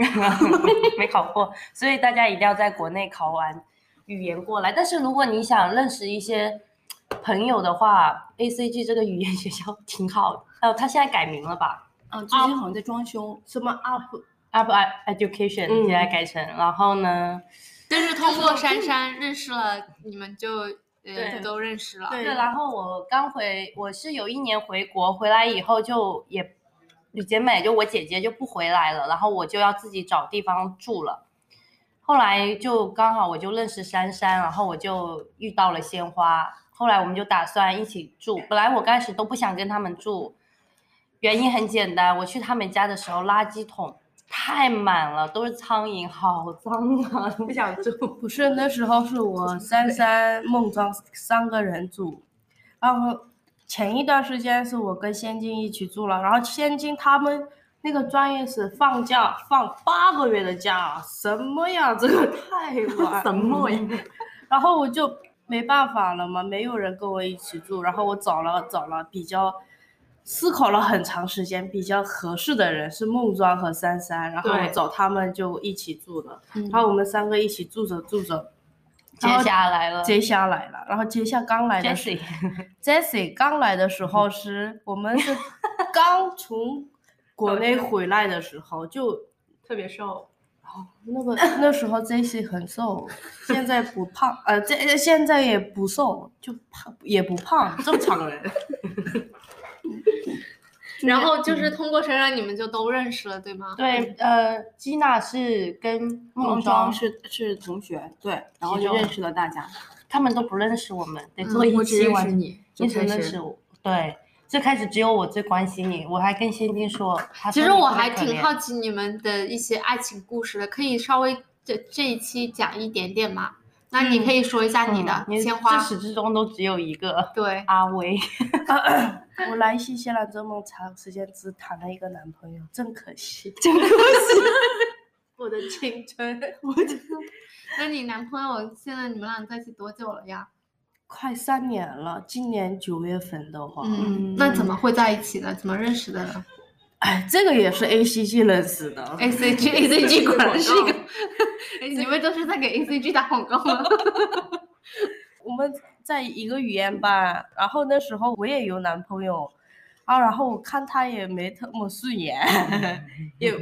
Speaker 3: 没考过，所以大家一定要在国内考完语言过来。但是如果你想认识一些朋友的话，ACG 这个语言学校挺好的。哦，它现在改名了吧？
Speaker 4: 嗯，最近好像在装修。
Speaker 2: 什么 up
Speaker 3: Up Education
Speaker 2: 嗯
Speaker 3: 现在改成，然后呢，
Speaker 1: 就是通过珊珊认识了你们就。呃，
Speaker 3: 对
Speaker 1: 都认识了，
Speaker 2: 对
Speaker 3: 对，然后我刚回，我是有一年回国，回来以后就也，李姐美就我姐姐就不回来了，然后我就要自己找地方住了。后来就刚好我就认识珊珊，然后我就遇到了鲜花，后来我们就打算一起住。本来我刚开始都不想跟他们住，原因很简单，我去他们家的时候，垃圾桶太满了，都是苍蝇，好脏啊，不想住。
Speaker 2: 不是那时候是我珊珊、孟章三个人住，然后前一段时间是我跟仙境一起住了，然后仙境他们那个专业是放假放八个月的假，什么呀？这个太晚什么呀？ 然后我就没办法了嘛，没有人跟我一起住，然后我找了找了比较。思考了很长时间，比较合适的人是孟庄和珊珊，然后我
Speaker 3: 对
Speaker 2: 找他们就一起住的。
Speaker 1: 嗯
Speaker 2: 然后我们三个一起住着住着，
Speaker 3: 接
Speaker 2: 然后
Speaker 3: 下来了
Speaker 2: 接下来了，然后接下刚来的时
Speaker 3: Jessie。
Speaker 2: Jessie 刚来的时候是，我们 是刚从国内回来的时候就
Speaker 3: 特别瘦，
Speaker 2: 那个那时候 Jessie 很瘦，现在不胖，呃，这现在也不瘦，就胖也不 胖，正常人。
Speaker 1: 然后就是通过珊珊你们就都认识了，对吗？
Speaker 3: 对，呃，基娜是跟
Speaker 4: 孟
Speaker 3: 梦
Speaker 4: 庄
Speaker 3: 庄，
Speaker 4: 是是同学，对，然后
Speaker 3: 其
Speaker 4: 就
Speaker 3: 中
Speaker 4: 认识了大家。
Speaker 3: 他们都不认识我们，
Speaker 1: 嗯
Speaker 3: 得做一
Speaker 5: 我只
Speaker 3: 期
Speaker 5: 认
Speaker 3: 完
Speaker 5: 识，你，
Speaker 3: 你
Speaker 5: 最
Speaker 3: 只
Speaker 5: 开
Speaker 3: 认
Speaker 5: 始
Speaker 3: 识我，对。最开始只有我最关心你，我还跟仙金说，她
Speaker 1: 其
Speaker 3: 说
Speaker 1: 实
Speaker 3: 你
Speaker 1: 我
Speaker 3: 特别
Speaker 1: 还
Speaker 3: 可
Speaker 1: 挺
Speaker 3: 怜
Speaker 1: 好奇你们的一些爱情故事的，可以稍微这这一期讲一点点吗？那你可以说一下你的
Speaker 3: 嗯你
Speaker 1: 鲜花
Speaker 3: 自，始至终都只有一个
Speaker 1: 对，
Speaker 3: 阿 威，
Speaker 2: 我来新西兰这么长时间，只谈了一个男朋友，真可惜。
Speaker 1: 我的青春，我的。那你男朋友现在你们俩在一起多久了呀？
Speaker 2: 快三年了，今年九月份的话，
Speaker 1: 嗯，那怎么会在一起呢？怎么认识的呢
Speaker 2: 哎，这个也是 A C G 认识的。
Speaker 1: ？A C G A C G 果然 是一个，哎你们都是在给 A C G 打广告吗？
Speaker 2: 我们在一个语言班，然后那时候我也有男朋友，啊，然后我看他也没特么顺眼， 也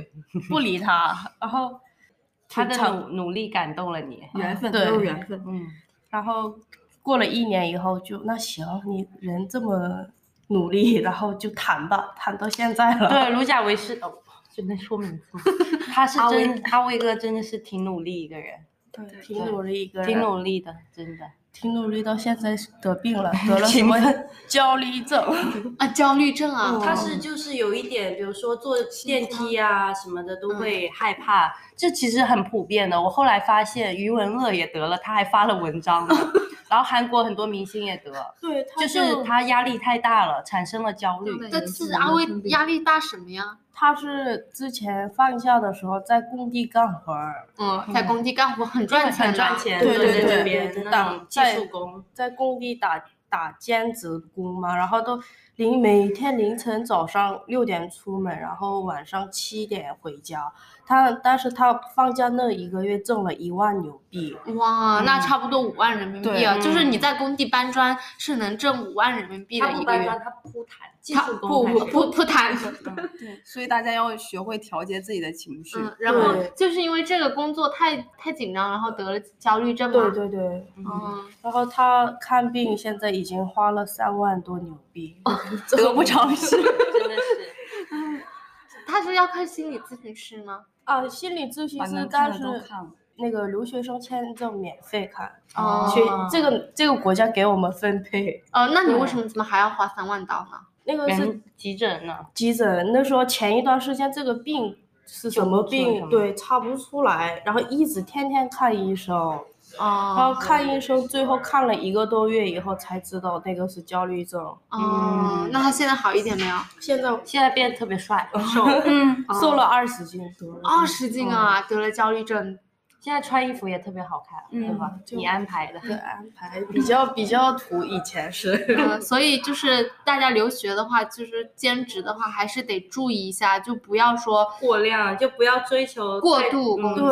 Speaker 2: 不理他，然后
Speaker 3: 他
Speaker 2: 挺
Speaker 3: 的
Speaker 2: 长
Speaker 3: 努努力感动了你，
Speaker 4: 缘分
Speaker 2: 对
Speaker 4: 都是缘分。
Speaker 3: 嗯，
Speaker 2: 然后过了一年以后就那行，你人这么努力，然后就谈吧，谈到现在了。
Speaker 3: 对，卢贾维是哦，就能说名 字吗，他是
Speaker 1: 阿
Speaker 3: 真阿威哥真的是挺努力一个人，
Speaker 2: 对，挺努力一个人，
Speaker 3: 挺努力的，真的。
Speaker 2: 听努力到现在得病 了，得了什么焦虑症？
Speaker 1: 啊，焦虑症
Speaker 3: 哦
Speaker 1: 啊，
Speaker 6: 他
Speaker 3: 嗯
Speaker 6: 是就是有一点，比如说坐电梯啊什么的
Speaker 3: 嗯
Speaker 6: 都会害怕，
Speaker 3: 这其实很普遍的。我后来发现余文乐也得了，他还发了文章 呢。然后韩国很多明星也得，
Speaker 2: 对，他
Speaker 3: 就是他压力太大了，产生了焦虑。
Speaker 1: 这次阿威压力大什么呀？
Speaker 2: 他是之前放假的时候在工地干活儿，
Speaker 1: 嗯，在工地干活很赚钱，啊
Speaker 6: 很赚。钱，
Speaker 2: 对对
Speaker 6: 对
Speaker 2: 对
Speaker 6: 这边
Speaker 2: 对对
Speaker 6: 那种技
Speaker 2: 在
Speaker 6: 术工，
Speaker 2: 在工地打打兼职工嘛，然后都凌每天凌晨早上六点出门，然后晚上七点回家。他但是他放假那一个月挣了一万牛币，
Speaker 1: 哇，
Speaker 2: 嗯
Speaker 1: 那差不多五万人民币啊！
Speaker 3: 对
Speaker 1: 就是你在工地搬砖是能挣五万人民币的
Speaker 6: 他
Speaker 1: 一
Speaker 6: 不
Speaker 1: 个
Speaker 6: 搬
Speaker 1: 月
Speaker 6: 砖，。他铺毯，技
Speaker 1: 他
Speaker 6: 术
Speaker 1: 不
Speaker 6: 工还
Speaker 1: 不
Speaker 6: 是
Speaker 1: 不不谈，嗯
Speaker 4: 所以大家要学会调节自己的情绪。
Speaker 1: 嗯，然后
Speaker 2: 对
Speaker 1: 就是因为这个工作太太紧张，然后得了焦虑症嘛。
Speaker 2: 对对对。
Speaker 1: 嗯，
Speaker 2: 然后他看病现在已经花了三万多牛币，
Speaker 4: 得不偿失。
Speaker 3: 真的是。
Speaker 1: 他是要看心理咨询师吗？
Speaker 2: 啊，心理咨询
Speaker 4: 把能
Speaker 2: 师，
Speaker 4: 看
Speaker 2: 但
Speaker 4: 的
Speaker 2: 是
Speaker 4: 都看了。
Speaker 2: 那个留学生签证免费看，
Speaker 1: 哦
Speaker 2: 去这个这个国家给我们分配。
Speaker 1: 呃，那你为什么怎么还要花三万刀呢？
Speaker 2: 那个是
Speaker 3: 人急诊呢？
Speaker 2: 急诊，那时候前一段时间这个病是什么
Speaker 3: 出什
Speaker 2: 病，
Speaker 3: 么
Speaker 2: 对，查不出来，然后一直天天看医生，然后
Speaker 1: 哦，
Speaker 2: 看医生，最后看了一个多月以后才知道那个是焦虑症。嗯
Speaker 1: 哦，那他现在好一点没有？
Speaker 2: 现在
Speaker 3: 现在变得特 别帅，哦
Speaker 2: 瘦，瘦了二十斤多。
Speaker 1: 二十斤
Speaker 2: 嗯
Speaker 1: 啊，得了焦虑 症。
Speaker 3: 现在穿衣服也特别好看，啊对吧？
Speaker 2: 就
Speaker 3: 你安排的。
Speaker 2: 对，安排比较比较土，以前是。
Speaker 1: 嗯，所以就是大家留学的话，就是兼职的话，还是得注意一下，就不要说
Speaker 6: 过量，就不要追求
Speaker 1: 过
Speaker 6: 太
Speaker 1: 度工
Speaker 6: 嗯
Speaker 1: 作。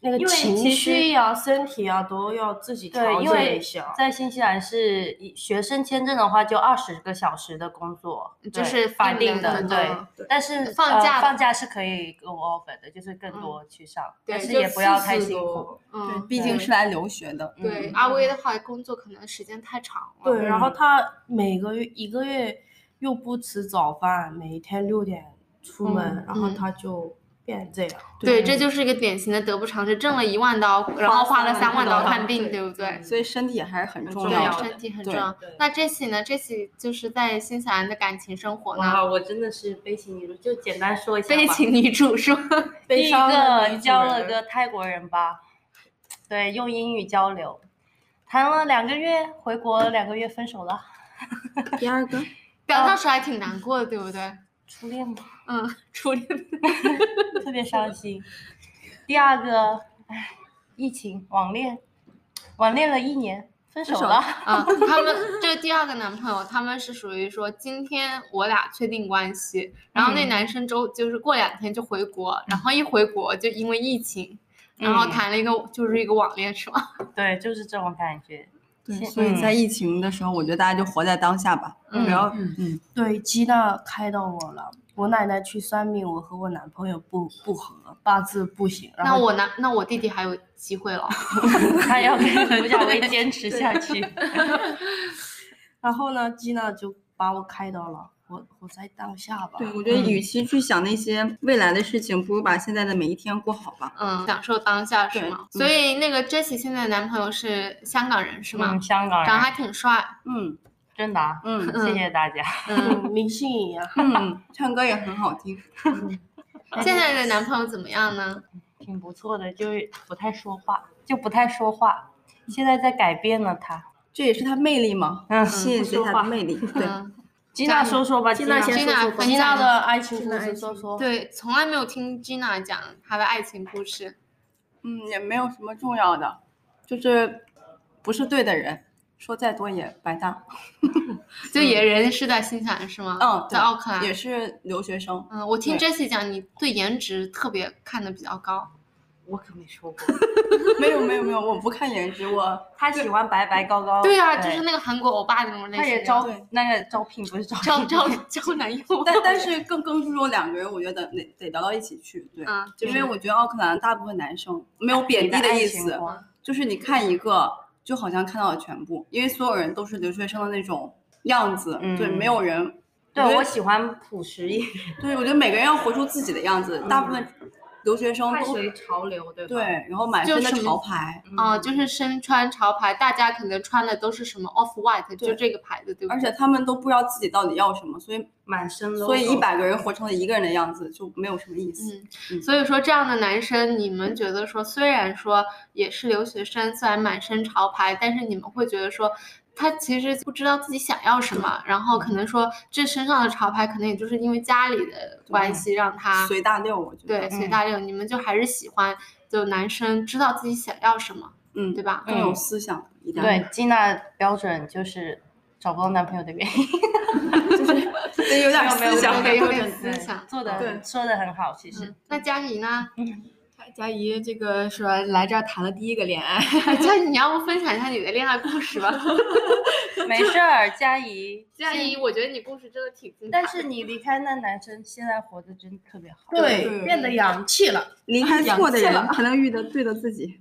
Speaker 2: 对，那个
Speaker 6: 因为
Speaker 2: 情
Speaker 6: 其
Speaker 2: 绪呀、身体呀、都要自己调
Speaker 3: 对，因
Speaker 2: 整
Speaker 3: 为
Speaker 2: 一下。
Speaker 3: 在新西兰是以学生签证的话，就二十个小时的工作，
Speaker 1: 就
Speaker 3: 对
Speaker 1: 是
Speaker 3: 法
Speaker 1: 定
Speaker 3: 定
Speaker 1: 的
Speaker 3: 的，对
Speaker 1: 嗯。
Speaker 3: 但是
Speaker 1: 放
Speaker 3: 呃
Speaker 1: 假
Speaker 3: 放假是可以给我 offer 的，就是更多去上，但
Speaker 1: 对
Speaker 3: 是
Speaker 1: 就
Speaker 3: 也不要太
Speaker 2: 40
Speaker 3: 辛苦。
Speaker 2: 多。
Speaker 1: 嗯，
Speaker 4: 毕竟
Speaker 1: 对
Speaker 4: 是来留学的，
Speaker 1: 对
Speaker 3: 嗯
Speaker 1: 阿威的话，工作可能时间太长了。
Speaker 2: 对，然后他每个月一个月又不吃早饭，每天六点出门，然后
Speaker 1: 嗯
Speaker 2: 他就变这样。
Speaker 1: 对，这就是一个典型的得不偿失，挣了一万刀，然后花了三万刀
Speaker 4: 刀
Speaker 1: 看病，对不对？
Speaker 4: 所以身体还是很重
Speaker 1: 对
Speaker 4: 要，的。
Speaker 1: 身体很
Speaker 4: 对
Speaker 1: 重要。那这期呢？这期就是在新西兰的感情生活呢，
Speaker 6: 哇，我真的是悲情女主，就简单说一下吧。
Speaker 1: 悲 情女主说，
Speaker 2: 悲
Speaker 3: 第一
Speaker 2: 伤的
Speaker 3: 个
Speaker 2: 女主
Speaker 3: 交了
Speaker 2: 人
Speaker 3: 个泰国人吧，对，用英语交流，谈了两个月，回国两个月分手了，
Speaker 4: 第二个，
Speaker 1: 表达时候还挺难过的，对不对？
Speaker 3: 初恋嘛，
Speaker 1: 嗯，初恋。
Speaker 3: 特别伤心。第二个，唉，疫情网恋，网恋了一年，分手了。
Speaker 1: 啊，他们这第二个男朋友，他们是属于说今天我俩确定关系，然后那
Speaker 3: 嗯
Speaker 1: 男生周就是过两天就回国，然后一回国就因为疫情，然后
Speaker 3: 嗯
Speaker 1: 谈了一个就是一个网恋是吗？
Speaker 3: 对，就是这种感觉。
Speaker 4: 对，
Speaker 3: 嗯
Speaker 4: 所以在疫情的时候，我觉得大家就活在当下吧，
Speaker 1: 嗯
Speaker 4: 不要
Speaker 7: 嗯
Speaker 4: 嗯，
Speaker 2: 对，吉娜开导我了。我奶奶去算命，我和我男朋友不不合，八字不行。然
Speaker 1: 那
Speaker 2: 后
Speaker 1: 我男那我弟弟还有机会了，
Speaker 3: 他要跟何小薇坚持下去。
Speaker 2: 然后呢，吉娜就把我开导了，我我在当下吧。
Speaker 1: 嗯
Speaker 4: 对，我觉得与其去想那些未来的事情，不如把现在的每一天过好吧。
Speaker 1: 嗯，享受当下是
Speaker 4: 对
Speaker 1: 吗？
Speaker 4: 嗯
Speaker 1: 所以那个 Jessie 现在的男朋友是香港人是吗？
Speaker 3: 嗯，香港
Speaker 1: 长得
Speaker 3: 人，
Speaker 1: 还挺帅，
Speaker 4: 嗯
Speaker 3: 真的啊、
Speaker 4: 嗯
Speaker 3: 谢谢大家。
Speaker 1: 嗯，
Speaker 2: 嗯，明星一样。
Speaker 4: 嗯，唱歌也很好听。
Speaker 1: 现在的男朋友怎么样呢？
Speaker 3: 挺不错的，就是不太说话，就不太说话。现在在改变了他。
Speaker 4: 这也是他魅力嘛，
Speaker 3: 嗯
Speaker 4: 吸引着他的魅力。对，
Speaker 1: 嗯，
Speaker 3: 吉
Speaker 1: 娜
Speaker 3: 娜说说吧，吉娜
Speaker 1: 吉娜分
Speaker 2: 吉娜
Speaker 1: 享
Speaker 2: 的爱情故事说说。
Speaker 1: 对，从来没有听 Gina 讲她的爱情故事。
Speaker 4: 嗯，也没有什么重要的，就是不是对的人，说再多也白搭。
Speaker 1: 就野人是在新西兰是吗？
Speaker 4: 嗯，对
Speaker 1: 在奥克兰
Speaker 4: 也。是留学生。
Speaker 1: 嗯，我听
Speaker 4: 对
Speaker 1: Jessie 讲，你对颜值特别看的比较高。
Speaker 3: 我可没说过，
Speaker 4: 没有没有没有，我不看颜值，我
Speaker 3: 他喜欢白白高
Speaker 4: 哦
Speaker 3: 高。
Speaker 1: 对啊，就是那个韩国欧巴的那种类
Speaker 3: 他
Speaker 1: 型的。
Speaker 3: 也招
Speaker 4: 对
Speaker 3: 那个招聘不是招
Speaker 1: 招
Speaker 3: 聘，
Speaker 1: 招招男友。
Speaker 4: 但但是更更注重两个人，我觉得得得聊到一起去。对，
Speaker 1: 啊，就
Speaker 4: 因
Speaker 1: 是
Speaker 4: 为我觉得奥克兰大部分男生没有贬
Speaker 3: 你
Speaker 4: 低
Speaker 3: 的爱
Speaker 4: 意
Speaker 3: 情
Speaker 4: 思，
Speaker 3: 观
Speaker 4: 就是你看一个就好像看到了全部，因为所有人都是留学生的那种样子，对，没
Speaker 3: 嗯
Speaker 4: 有人。
Speaker 3: 对
Speaker 4: 我觉
Speaker 3: 我
Speaker 4: 得
Speaker 3: 喜欢朴实一点。
Speaker 4: 对，我觉得每个人要活出自己的样子。大部分留学生
Speaker 6: 快
Speaker 4: 都
Speaker 6: 随潮流，对吧？
Speaker 4: 对，，然后满
Speaker 1: 就
Speaker 4: 身的
Speaker 1: 是
Speaker 4: 潮牌，
Speaker 1: 啊、就是身穿潮牌，大家可能穿的都是什么 Off White，就
Speaker 4: 对
Speaker 1: 这个牌子，对不对？
Speaker 4: 而且他们都不知道自己到底要什么，所以
Speaker 6: 满身 logo。
Speaker 4: 所以一百个人活成了一个人的样子就没有什么意思。
Speaker 1: 嗯，所以说这样的男生，你们觉得说，虽然说也是留学生，虽然满身潮牌，但是你们会觉得说，他其实不知道自己想要什么，然后
Speaker 4: 嗯
Speaker 1: 可能说这身上的潮牌，可能也就是因为家里的关系让他
Speaker 4: 随大溜，我觉得
Speaker 1: 嗯对随
Speaker 3: 嗯
Speaker 1: 大流，你们就还是喜欢就男生知道自己想要什么，
Speaker 4: 嗯，
Speaker 1: 对吧？
Speaker 4: 更有思想一点。
Speaker 3: 对，接纳标准就是找不到男朋友的原因。
Speaker 4: 对，有点
Speaker 3: 没有
Speaker 4: 思想。
Speaker 1: 没有
Speaker 3: 对
Speaker 1: 点
Speaker 3: 对
Speaker 1: 思想
Speaker 3: 做
Speaker 4: 对
Speaker 3: 的说的很好，其实
Speaker 1: 嗯，那佳怡呢？
Speaker 7: 佳怡这个是吧？来这儿谈了第一个恋爱，
Speaker 1: 哎佳怡，你要不分享一下你的恋爱故事吧？ 嗯
Speaker 3: 没事儿，佳怡。
Speaker 1: 佳怡，我觉得你故事真的挺精彩
Speaker 3: 但
Speaker 1: 的。
Speaker 3: 是你离开那男生，现在活得真特别好。
Speaker 7: 对，变得洋气了。
Speaker 4: 离开错的人，才能遇到对的自己。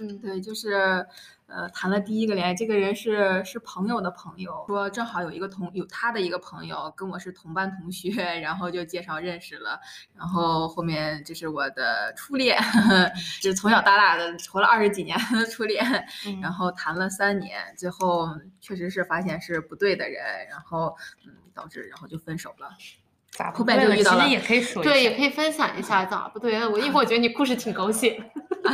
Speaker 1: 嗯，
Speaker 7: 对，就是呃，谈了第一个恋爱，这个人是是朋友的朋友，说正好有一个同有他的一个朋友跟我是同班同学，然后就介绍认识了，然后后面这是我的初恋， 就是从小到大的活了二十几年的初恋，然后谈了三年，最后确实是发现是不对的人，然后嗯导致然后就分手了。
Speaker 3: 咋
Speaker 7: 后半就遇到
Speaker 3: 其
Speaker 7: 了
Speaker 3: 实也可以说一
Speaker 1: 对，
Speaker 3: 下
Speaker 1: 也可以分享一下，咋不对？我因为我觉得你故事挺狗血的。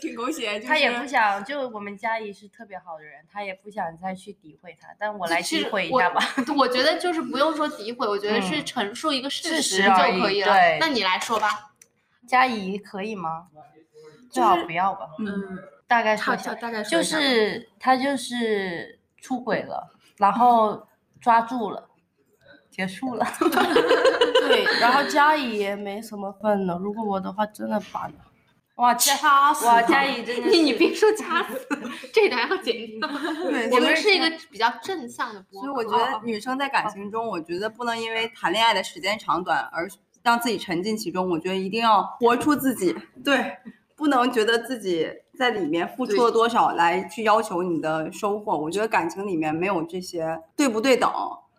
Speaker 7: 挺狗血，就
Speaker 3: 他也不想，就我们佳怡是特别好的人，他也不想再去诋毁他，但我来
Speaker 1: 其实
Speaker 3: 诋毁一
Speaker 1: 我
Speaker 3: 下吧。
Speaker 1: 我觉得就是不用说诋毁，我觉得是
Speaker 3: 嗯
Speaker 1: 陈述一个事
Speaker 3: 事
Speaker 1: 实
Speaker 3: 实
Speaker 1: 就
Speaker 3: 而已
Speaker 1: 可以了。
Speaker 3: 对
Speaker 1: 那你来说吧。
Speaker 3: 佳怡可以吗？最好不要吧。
Speaker 7: 嗯，
Speaker 3: 大概说
Speaker 7: 差
Speaker 3: 一下，
Speaker 7: 大概说
Speaker 3: 就
Speaker 7: 一下
Speaker 3: 是他就是出轨了，然后抓住了，结束了。
Speaker 6: 对，
Speaker 3: 然
Speaker 6: 然
Speaker 3: 后
Speaker 6: 后
Speaker 3: 佳
Speaker 6: 怡也没什么
Speaker 3: 愤
Speaker 6: 怒，如果我的话，真的把
Speaker 3: 哇，佳
Speaker 6: 掐死
Speaker 3: 哇
Speaker 6: 他
Speaker 3: 佳怡真 的
Speaker 1: 你
Speaker 3: 是
Speaker 1: 你别说掐 死，这段要剪掉。
Speaker 4: 对
Speaker 1: 我们是一个比较正向的播
Speaker 4: 所
Speaker 1: 客，
Speaker 4: 以我觉得女生在嗯感情中，我觉得不能因为谈恋爱的时间长短而让自己沉浸其中。我觉得一定要活出自己，对，不能觉得自己在里面付出了多少来去要求你的收获。我觉得感情里面没有这些对不对等，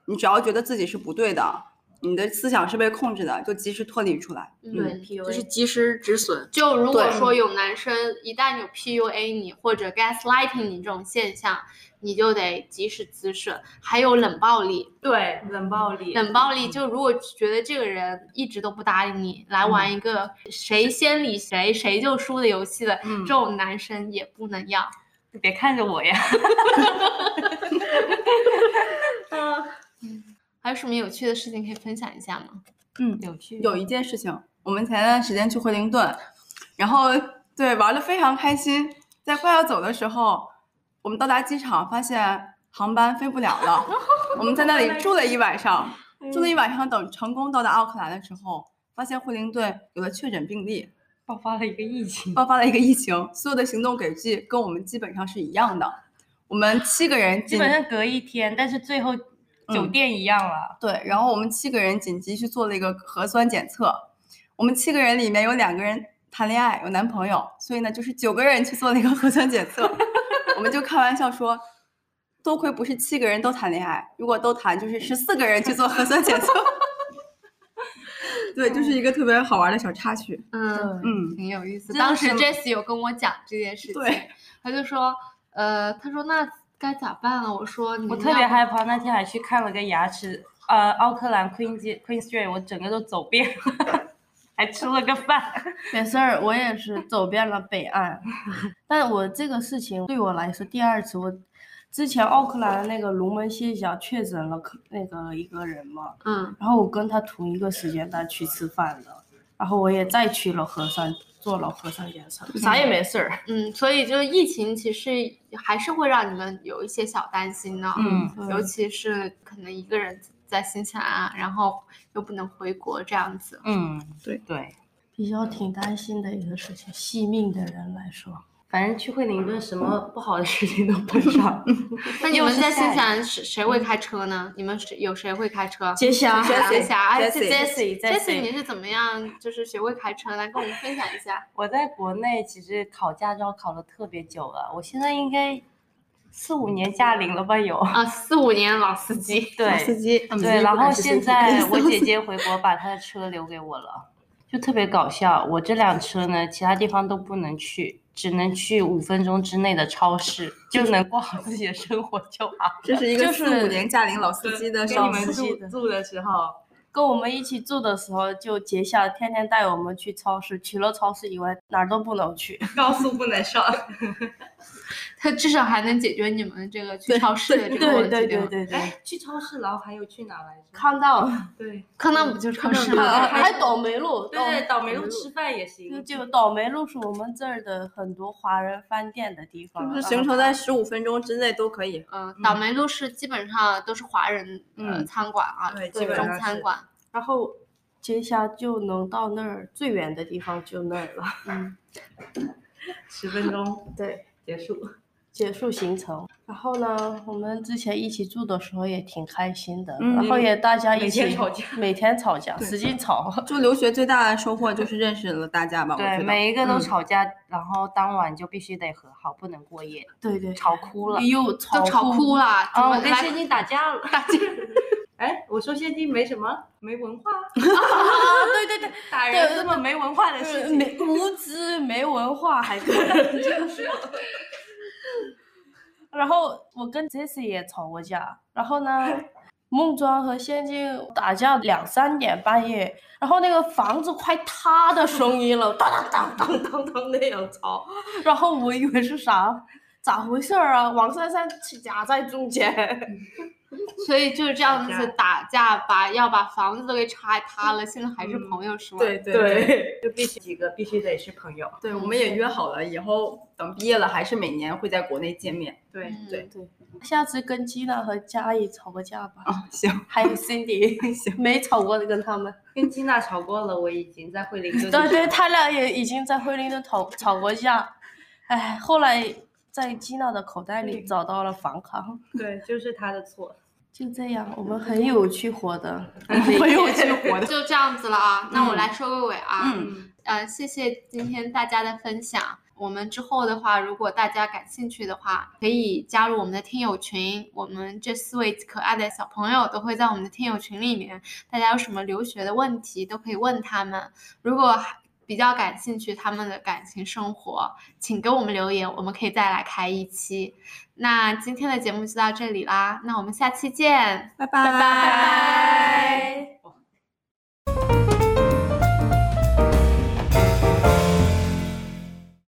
Speaker 4: 你只要觉得自己是不对的，你的思想是被控制的，就及时脱离出来。
Speaker 1: 嗯。
Speaker 7: 就是及时止损。
Speaker 1: 就如果
Speaker 4: 对
Speaker 1: 说有男生一旦有 PUA 你或者 gaslighting 你这种现象，你就得及时止损。还有冷暴力，
Speaker 6: 对冷暴力，
Speaker 1: 冷暴力就如果觉得这个人一直都不搭理你，来玩一个谁先理谁谁就输的游戏的，这种男生也不能要。
Speaker 3: 你别看着我呀。
Speaker 1: 还有什么有趣的事情可以分享一下吗？
Speaker 3: 嗯，有趣。
Speaker 4: 有一件事情，我们前段时间去惠灵顿，然后对玩的非常开心，在快要走的时候，我们到达机场发现航班飞不了了，我们在那里住了一晚上，
Speaker 3: 嗯
Speaker 4: 住了一晚上，等成功到达奥克兰的时候，发现惠灵顿有了确诊病例，
Speaker 3: 爆发了一个疫情。
Speaker 4: 爆发了一个疫情，所有的行动给记跟我们基本上是一样的，我们七个人
Speaker 3: 基
Speaker 4: 紧
Speaker 3: 本上隔一天，但是最后酒店一样了。
Speaker 4: 对，然后我们七个人紧急去做了一个核酸检测。我们七个人里面有两个人谈恋爱，有男朋友，所以呢，就是九个人去做了一个核酸检 测。我们就开玩笑说，多亏不是七个人都谈恋爱，如果都谈，就是十四个人去做核酸检 测。对，就是一个特别好玩的小插曲。
Speaker 1: 嗯，
Speaker 4: 嗯，
Speaker 1: 挺有意思。
Speaker 4: 真的
Speaker 1: 当时
Speaker 4: 是
Speaker 1: Jesse 有跟我讲这件事情
Speaker 4: 对，
Speaker 1: 他就说，呃，他说那该咋办啊了？我说你
Speaker 3: 我
Speaker 1: 们
Speaker 3: 特
Speaker 1: 要
Speaker 3: 别害怕，那天还去看了个牙齿，呃，奥克兰 Queen 街 Queen Street，我整个都走遍了， 还吃了个饭。
Speaker 6: 没事儿，我也是走遍了北岸， 但我这个事情对我来说第二次。我之前奥克兰那个龙门县小确诊了可那个一个人嘛，
Speaker 1: 嗯
Speaker 6: 然后我跟他同一个时间段去吃饭的，然后我也再去了核酸，做了核酸检测，啥也没事儿。
Speaker 1: 嗯，所以就是疫情其实还是会让你们有一些小担心的，
Speaker 3: 嗯，
Speaker 1: 尤其是可能一个人在新西兰啊，然后又不能回国这样子。
Speaker 3: 嗯，
Speaker 4: 对
Speaker 3: 对，
Speaker 6: 比较挺担心的一个事情，惜命的人来 说，
Speaker 3: 反正去惠灵顿什么不好的事情都碰 上。
Speaker 1: 那你
Speaker 3: 又
Speaker 1: 们
Speaker 3: 是
Speaker 1: 在新
Speaker 3: 下
Speaker 1: 西
Speaker 3: 雨
Speaker 1: 兰谁谁会开车呢？你们谁有谁会开车？
Speaker 6: 接下来
Speaker 1: 霞，杰
Speaker 4: Jessie，
Speaker 1: 霞，哎
Speaker 4: Jessie，
Speaker 1: Jessie，
Speaker 6: Jessie
Speaker 1: 你是怎么样就是学会开车？来跟我们分享一下。
Speaker 3: 我在国内其实考驾照考了特别久了，我现在应该四五年驾龄了吧有。
Speaker 1: 啊，四五年老司机，
Speaker 3: 对
Speaker 4: 司机，
Speaker 3: 对，然后现在我姐
Speaker 4: 姐
Speaker 3: 姐回国把她的车留给我了。就特别搞笑。我这辆车呢，其他地方都不能去，只能去五分钟之内的超市，就能过好自己的生活就好。
Speaker 7: 这是一个
Speaker 3: 就
Speaker 7: 四
Speaker 3: 是
Speaker 7: 五年驾龄老司机的
Speaker 3: 跟你
Speaker 7: 上
Speaker 3: 们
Speaker 7: 司
Speaker 3: 住住的时候，跟我们一起住的时候，就杰笑天天带我们去超市，除了超市以外哪儿都不能去。
Speaker 1: 高速不能上，他至少还能解决你们这个去超市的这个问题，
Speaker 2: 对
Speaker 1: 对吗
Speaker 2: 对对 对，
Speaker 6: 去超市，然后还有去哪来着？
Speaker 2: 看到
Speaker 6: 对
Speaker 1: 康纳不就超市
Speaker 2: 还
Speaker 1: 吗？
Speaker 2: 还倒霉路，倒
Speaker 6: 对，倒霉路吃饭也
Speaker 3: 就
Speaker 6: 行。
Speaker 3: 就倒霉路是我们这儿的很多华人饭店的地方，
Speaker 2: 啊
Speaker 7: 就是行程在十五分钟之内都可以。
Speaker 1: 嗯，倒霉路是基本上都是华人呃餐馆啊，
Speaker 7: 对
Speaker 1: 各
Speaker 7: 基本
Speaker 1: 种
Speaker 7: 上
Speaker 1: 餐
Speaker 7: 是
Speaker 1: 馆。
Speaker 2: 然后接下就能到那儿最远的地方就那儿了，
Speaker 6: 十分钟
Speaker 2: 对，
Speaker 6: 结束。
Speaker 2: 结束行程。然后呢，我们之前一起住的时候也挺开心的，
Speaker 7: 嗯
Speaker 2: 然后也大家
Speaker 6: 每
Speaker 2: 一起
Speaker 6: 天吵架，
Speaker 2: 每天吵架，
Speaker 7: 对
Speaker 2: 使劲吵。
Speaker 7: 就留学最大的收获就是认识了大家吧，我
Speaker 3: 对，
Speaker 7: 觉得。
Speaker 3: 每一个都
Speaker 7: 嗯
Speaker 3: 吵架，然后当晚就必须得和好，不能过夜，
Speaker 2: 对对，
Speaker 3: 吵哭了。
Speaker 2: 又
Speaker 1: 都吵哭了，怎
Speaker 3: 啊
Speaker 7: 哦
Speaker 1: 么
Speaker 3: 我
Speaker 6: 哦跟
Speaker 1: 来
Speaker 6: 现金打架了，打架。哎，我说现金没什么，没文化。
Speaker 2: 啊
Speaker 3: 对对对，打人这么没文化的事
Speaker 2: 对
Speaker 3: 情，
Speaker 2: 嗯没无知没文化还可以
Speaker 3: 然后
Speaker 2: 我跟 Jesse 也吵过架，然后呢，孟庄和仙境打架两三点半夜，然后那个房子快塌的声音了，当当当当当当那样吵，然后我以为是啥，咋回事儿啊？王珊珊夹在中间，
Speaker 1: 所以就是这样子打架，把要把房子都给拆塌了，现在还是朋友是
Speaker 7: 嗯
Speaker 1: 吗？
Speaker 7: 对对对
Speaker 2: 对，
Speaker 6: 就必须几个必须得是朋友。
Speaker 7: 对，我们也约好了，以后等毕业了还是每年会在国内见面。
Speaker 6: 对
Speaker 1: 嗯
Speaker 7: 对
Speaker 2: 下次跟吉娜和嘉怡吵个架吧，
Speaker 7: 啊，行
Speaker 2: 还有 Cindy
Speaker 7: 行，
Speaker 2: 没吵过的跟他们。
Speaker 6: 跟金娜吵过了，我已经在惠灵顿。
Speaker 2: 对对，他俩也已经在惠灵顿吵吵过架，哎，后来在吉娜的口袋里找到了房卡，嗯
Speaker 6: 对，就是他的错。
Speaker 2: 就这样，我们很有趣活的，
Speaker 7: 很有趣活 的。
Speaker 1: 就这样子了啊。那我来收个尾啊，
Speaker 7: 嗯，
Speaker 1: 呃，谢谢今天大家的分享。我们之后的话，如果大家感兴趣的话，可以加入我们的听友群。我们这四位可爱的小朋友都会在我们的听友群里面，大家有什么留学的问题都可以问他们。如果还比较感兴趣他们的感情生活，请给我们留言，我们可以再来开一期。那今天的节目就到这里啦，那我们下期见，
Speaker 7: 拜
Speaker 1: 拜拜。